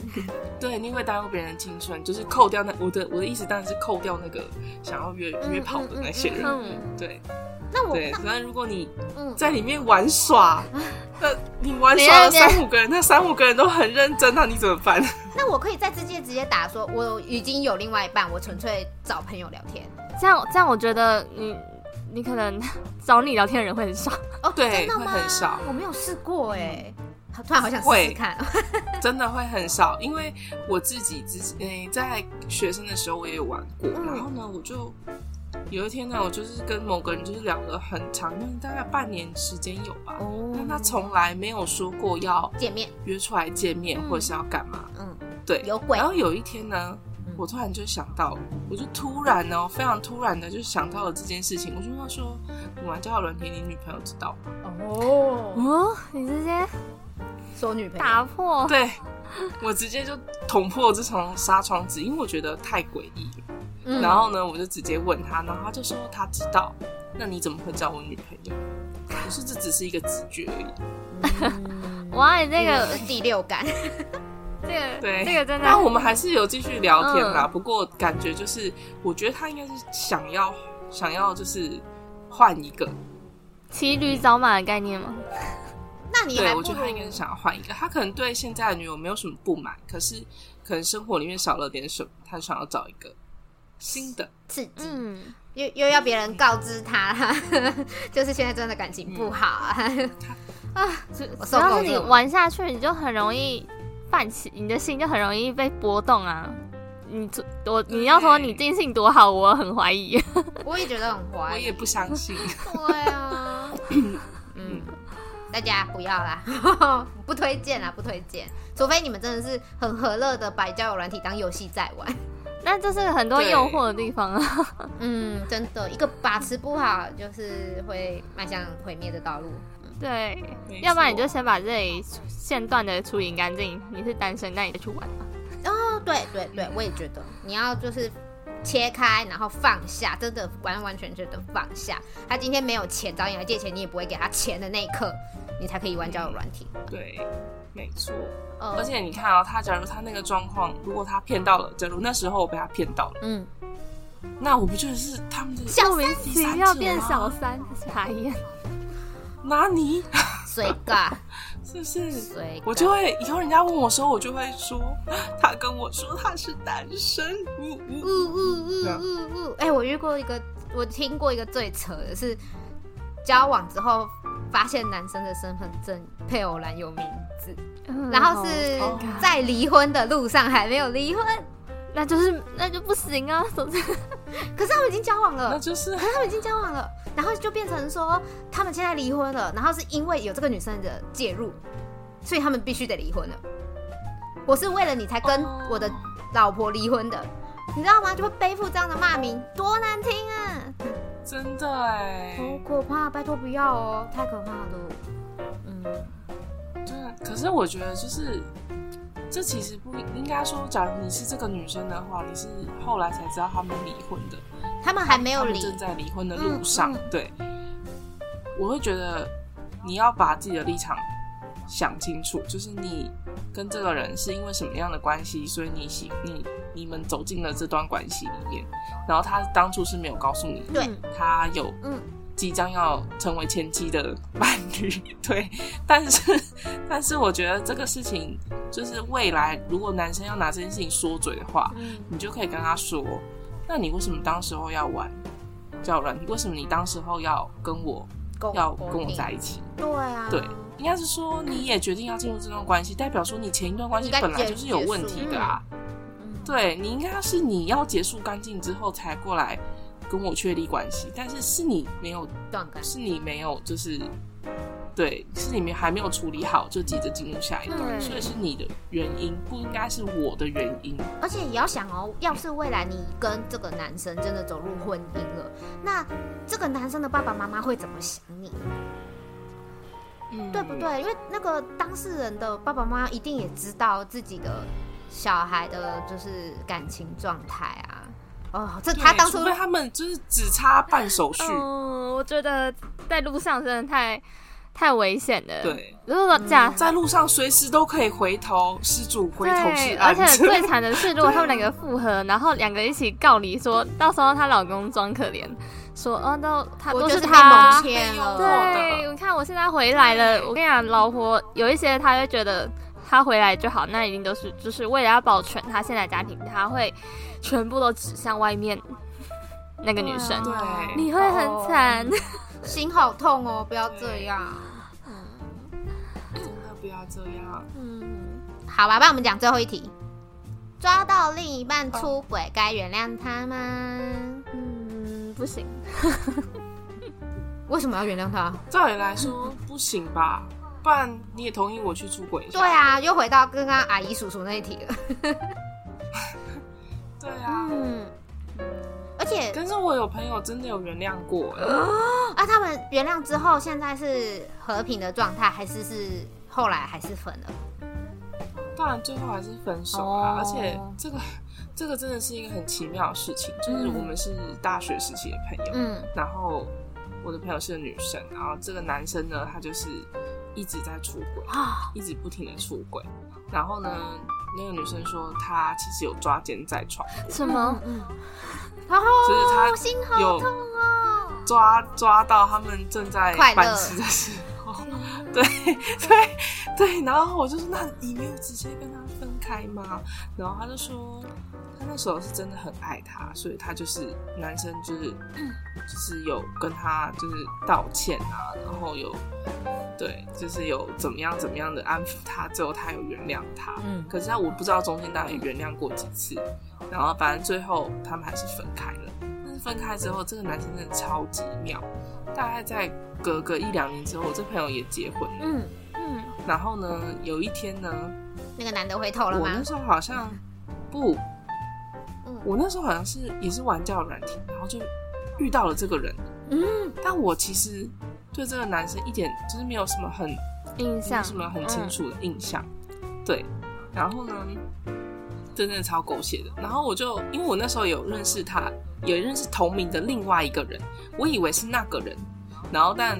对，你会耽误别人的青春，就是扣掉那我的我的意思当然是扣掉那个想要约约炮的那些人。嗯嗯嗯对那我对，那但如果你嗯，啊在里面玩耍， 那你玩耍了你在那边三五个人，那三五个人都很认真，那你怎么 办？那我可以在直接直接打说，我已经有另外一半，我纯粹找朋友聊天。这样这样，我觉得你你可能 找你聊天的人会很少。哦，对真的吗会很少我没有试过哎，好突然好想试会试看。真的会很少，因为我自己之前、诶在学生的时候我也有玩过，嗯然后呢，我就有一天呢，我就是跟某个人就是聊了很长，大概半年时间有吧， 哦但他从来没有说过要 见面，约出来见面嗯或是要干嘛，嗯，对，有鬼然后有一天呢嗯，我突然就想到，我就突然哦，非常突然的就想到了这件事情，我就问他说：“你玩交友软体，你女朋友知道吗哦，哦，你直接说女朋友，打破，对我直接就捅破这层纱窗纸，因为我觉得太诡异了。嗯然后呢，我就直接问他，然后他就说他知道。那你怎么会叫我女朋友？可是这只是一个直觉而已。嗯哇，你这个这个是第六感， 这个对这个真的，但我们还是有继续聊天啦。嗯不过感觉就是，我觉得他应该是想要想要就是换一个，骑驴找马的概念吗？那你还对不我觉得他应该如是想要换一个。他可能对现在的女友没有什么不满，可是可能生活里面少了点什么，他想要找一个新的。刺激，嗯，又又要别人告知他， 就是现在真的感情不好啊。只我只受够要是这你种玩下去，你就很容易泛起，你的心就很容易被波动啊。你做我你要说你定性多好，我很怀疑。我也觉得很我怀疑也。不相 信。对 啊，嗯，大家不要啦， 不推荐啦，不推荐。除非你们真的是很和乐的把交友软体当游戏在玩。那这是很多对诱惑的地方啊。嗯，真的，一个把持不好，就是会迈向毁灭的道路。 对没，要不然你错就先把这里线段的处理干净。你是单身，那你就去玩吧。哦，对对对，我也觉得你要就是切开，然后放下，真的完完全全的放下。他今天没有钱找你来借钱，你也不会给他钱的那一刻，你才可以玩交友软体。对，没错。哦而，且你看啊、他假如他那个状况，如果他骗到了，假如那时候我被他骗到了，嗯，那我不就是他们的小莫名第其三妙者变吗小三，傻眼。拿你？水尬， 是不是？水我就会以后人家问我时候，我就会说，他跟我说他是单身，呜呜呜，呜呜呜呜！哎、我遇过一个，我听过一个最扯的是，交往之后发现男生的身份证配偶栏有名字，嗯然后是好尴尬在离婚的路上还没有离婚，那就是那就不行啊，总之可是他们已经交往那了，就是可是他们已经交往了，然后就变成说他们现在离婚了，然后是因为有这个女生的介入，所以他们必须得离婚了。我是为了你才跟哦我的老婆离婚的，你知道吗？就会背负这样的骂名，多难听啊！ 真的哎、好可怕，拜托不要哦，太可怕了。嗯，对。啊可是我觉得就是。这其实不应该说，假如你是这个女生的话，你是后来才知道他们离婚的，他们还没有他们离，正在离婚的路上，嗯嗯对，我会觉得你要把自己的立场想清楚，就是你跟这个人是因为什么样的关系，所以你喜你你们走进了这段关系里面，然后他当初是没有告诉你，对他有嗯即将要成为前妻的伴侣，对，但是但是我觉得这个事情就是未来如果男生要拿这件事情说嘴的话，嗯，你就可以跟他说，那你为什么当时候要玩交友软体？为什么你当时候要跟我跟要跟哦我在一起？对啊，对应该是说你也决定要进入这段关系，代表说你前一段关系应该本来结就是有问题的啊。嗯，对你应该是你要结束干净之后才过来跟我确立关系，但是是你没有，断干，是你没有，就是对，是你们还没有处理好，就急着进入下一段，对所以是你的原因，不应该是我的原因。而且也要想哦，要是未来你跟这个男生真的走入婚姻了，那这个男生的爸爸妈妈会怎么想你，嗯，对不？对？因为那个当事人的爸爸妈妈一定也知道自己的小孩的就是感情状态啊。哦，这他对当初除非他们就是只差办手续，嗯，我觉得在路上真的太太危险了。，对，如果假在路上随时都可以回头，失主回头是对，而岸。且最惨的是，如果他们两个复合，然后两个一起告离说，到时候她老公装可怜，说哦，都他我都啊就是被他蒙，骗了，的对，你看我现在回来了，我跟你讲，老婆有一些她会觉得她回来就好，那一定都是就是为了要保全她现在的家庭，她会全部都指向外面。那个女生，对啊对你会很惨。 心好痛哦，不要这样。真的 不要这样。嗯，好吧，帮我们讲最后一题。抓到另一半出轨，该原谅他吗？嗯，不行，为什么要原谅他？照理来说不行吧？不然你也同意我去出轨一下？对啊，又回到刚刚阿姨叔叔那一题了。对啊。嗯，而且但是我有朋友真的有原谅过、欸，啊，他们原谅之后，现在是和平的状态，还是是后来还是分了？当然最后还是分手啊。哦而且这个这个真的是一个很奇妙的事情，就是我们是大学时期的朋友，嗯然后我的朋友是个女生，然后这个男生呢，他就是一直在出轨，啊，一直不停的出轨。然后呢，那个女生说她其实有抓奸在床，什么？嗯，然后就是她哦心好有痛哦。抓抓到他们正在快乐办事的时候，对 对对，然后我就说，那你没有直接跟他分开吗？然后他就说，他那时候是真的很爱他，所以他就是男生 就是就是有跟他就是道歉啊，然后有对就是有怎么样怎么样的安抚他，之后他有原谅他，嗯可是他我不知道中间大概原谅过几次，然后反正最后他们还是分开了。但是分开之后，这个男生真的超级妙，大概在隔个一两年之后，我这朋友也结婚了。嗯，嗯，然后呢，有一天呢，那个男的回头了我吗那？时候好像不，嗯我那时候好像是也是玩交友软体，然后就遇到了这个人。嗯，但我其实对这个男生一点就是没有什么很印没有象什么很清楚的嗯印象。对，然后呢，真的超狗血的。然后我就因为我那时候有认识他，也认识同名的另外一个人，我以为是那个人，然后但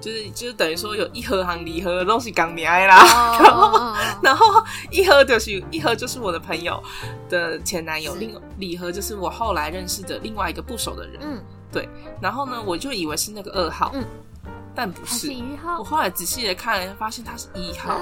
就是就是等于说有一盒行离合都是港你爱啦。然后哦， 然后一盒就是一盒就是我的朋友的前男友，是另礼盒就是我后来认识的另外一个不熟的人。嗯，然后呢，我就以为是那个二号，嗯但不还是是。一我号后来仔细的看了，发现他是一号。啊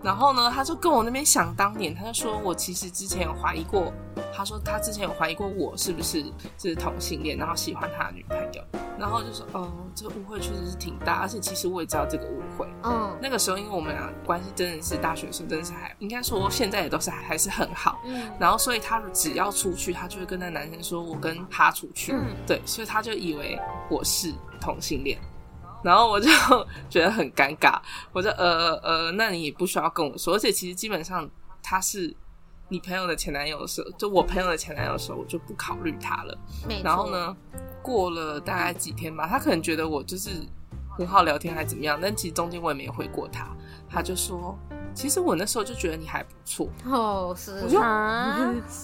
然后呢，他就跟我那边想当年，他就说我其实之前有怀疑过，他说他之前有怀疑过我是不是是同性恋，然后喜欢他的女朋友。然后就说，哦，这个误会确实是挺大，而且其实我也知道这个误会。嗯那个时候，因为我们俩关系真的是大学生，真的是还应该说现在也都是还还是很好。嗯，然后，所以他只要出去，他就会跟那男生说：“我跟他出去。嗯对，所以他就以为我是同性恋，然后我就觉得很尴尬。我就呃呃，那你不需要跟我说，而且其实基本上他是你朋友的前男友的时候，就我朋友的前男友的时候，我就不考虑他了。没错。然后？呢，过了大概几天吧，他可能觉得我就是很好聊天还怎么样，但其实中间我也没回过他。他就说，其实我那时候就觉得你还不错，哦，是我就啊，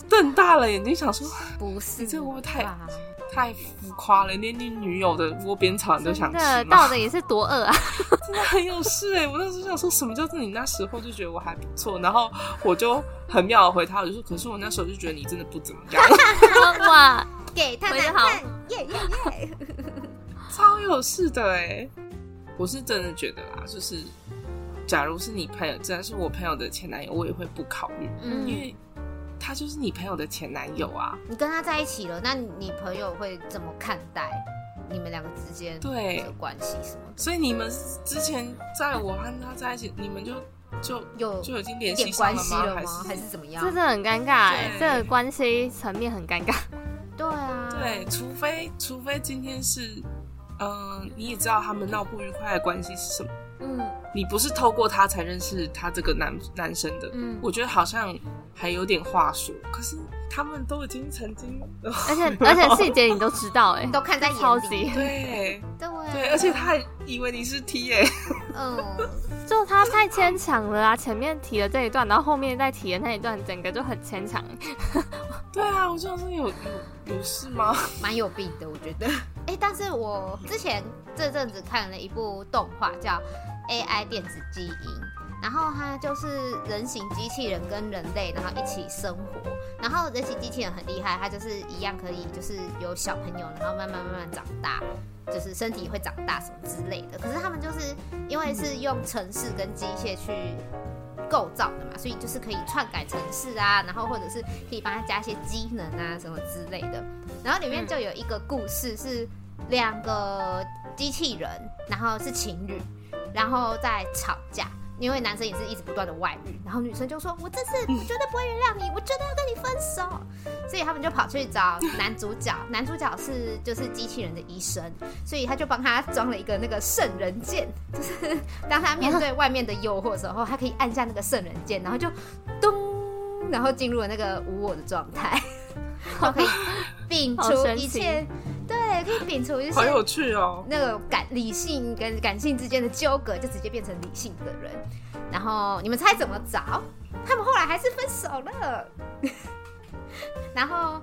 瞪大了眼睛想说，不是？你这个会不会太吧太浮夸了，连你女友的窝边草你都 想真吃的吗 到？底是多饿啊？ 真的很有事哎、我那时候想说什么叫做你那时候就觉得我还不错，然后我就很妙的回他，我就说，可是我那时候就觉得你真的不怎么样， 哇，给他回男得好看，耶耶耶！ 超有事的哎、我是真的觉得啦，就是假如是你朋友，真的是我朋友的前男友，我也会不考虑，嗯因为他就是你朋友的前男友啊，你跟他在一起了，那你朋友会怎么看待你们两个之间对的关系什么的？所以你们之前在我和他在一起，你们就就有就已经一联系点上关了系了还吗？还是怎么样这？真的很尴尬哎对，这个关系层面很尴尬。对啊，对，除非除非今天是，嗯、你也知道他们闹不愉快的关系是什么，嗯你不是透过他才认识他这个男男生的，嗯，我觉得好像还有点话说，可是他们都已经曾经，哦 而且而且细节你都知道哎你，都看在眼里，超级对对啊对，而且他还以为你是 T 耶、嗯，就他太牵强了啊！前面提了这一段，然后后面再提的那一段，整个就很牵强。对啊，我就想说有有有事吗？蛮有病的，我觉 得。哎、但是我之前这阵子看了一部动画叫《AI 电子基因》，然后它就是人形机器人跟人类然后一起生活，然后人形机器人很厉害，它就是一样可以就是有小朋友，然后慢慢慢慢长大。就是身体会长大什么之类的，可是他们就是因为是用城市跟机械去构造的嘛，所以就是可以篡改城市啊，然后或者是可以帮它加一些机能啊什么之类的。然后里面就有一个故事是两个机器人，然后是情侣，然后在吵架。因为男生也是一直不断的外遇，然后女生就说：“我这次我绝对不会原谅你，我绝对要跟你分手。”所以他们就跑去找男主角，男主角是就是机器人的医生，所以他就帮他装了一个那个圣人键，就是当他面对外面的诱惑的时候，他可以按下那个圣人键，然后就咚，然后进入了那个无我的状态，就可以摒除一切，对，可以摒除一切好有趣哦。那个感理性跟感性之间的纠葛，就直接变成理性的人。然后你们猜怎么找？他们后来还是分手了。 然后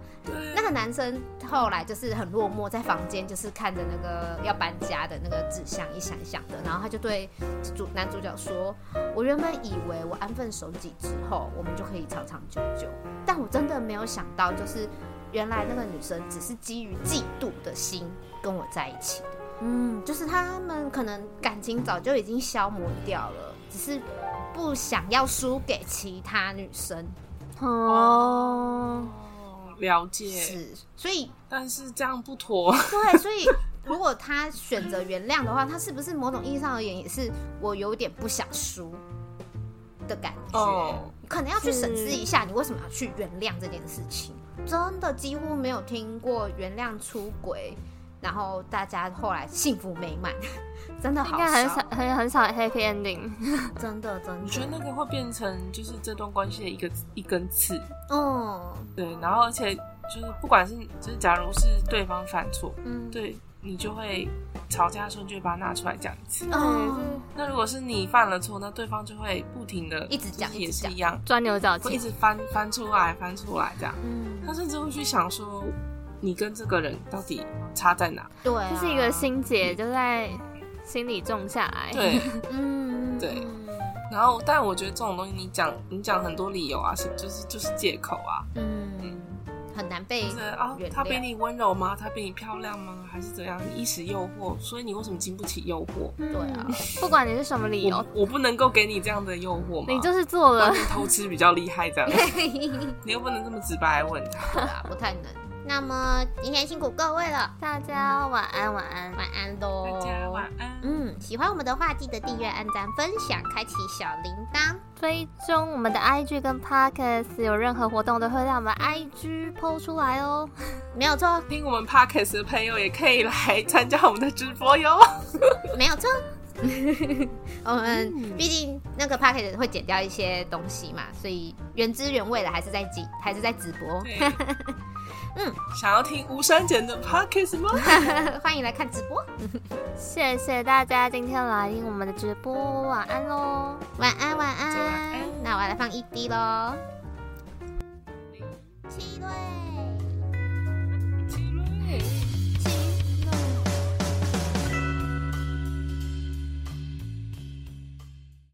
那个男生后来就是很落寞，在房间就是看着那个要搬家的那个纸箱，一箱一箱的。然后他就对主男主角说：“我原本以为我安分守己之后，我们就可以长长久久，但我真的没有想到，就是原来那个女生只是基于嫉妒的心跟我在一起。嗯，就是他们可能感情早就已经消磨掉了，只是不想要输给其他女生。哦，哦，了解，是，所以但是这样不妥。对，所以如果他选择原谅的话，他是不是某种意义上而言也是我有点不想输的感觉？哦，可能要去审视一下，你为什么要去原谅这件事情。真的几乎没有听过原谅出轨，然后大家后来幸福美满， 真的应好该很少少，很很少 happy ending。真的真我觉得的，那个会变成就是这段关系的一个一根刺，嗯对。然后而且就是不管是就是假如是对方犯错，嗯，对你就会吵架的时候你就会把它拿出来讲一次。哦那如果是你犯了错，那对方就会不停的一直讲一也直是讲一样，钻牛角会一尖，直翻翻出来翻出来这样。嗯，他甚至会去想说，你跟这个人到底差在哪？对啊，这是一个心结，就在心里种下哎来。，对，嗯，嗯，对嗯，然后但我觉得这种东西你讲你讲很多理由啊，是就是就是借口啊，嗯，很难被就是啊原，谅他 比你温柔吗？他比你漂亮吗？还是怎样？你一时诱惑，所以你为什么经不起诱惑？对啊，不管你是什么理由我，我不能够给你这样的诱惑吗？哦你就是做外了。面偷吃比较厉害这样，你又不能这么直白地问他。对啊，不太能。那么今天辛苦各位了，大家晚安，晚安。晚安喽，大哦家晚安。嗯，喜欢我们的话，记得订阅、按赞、分享、开启小铃铛。追踪我们的 IG 跟 Podcast，有任何活动都会让我们 IG 抛出来哦。没有 错，听我们 podcast 的朋友也可以来参加我们的直播哟。哦没有错。 我嗯们毕竟那个 p a c k e t 会剪掉一些东西嘛，所以原汁原味的还是在直还是在直播， 对，嗯想要听吴珊姐的 podcast 吗？ 欢迎来看直播。谢谢大家今天来听我们的直播，晚安喽。晚安，晚安。晚安那我要来放 ED 喽。七对。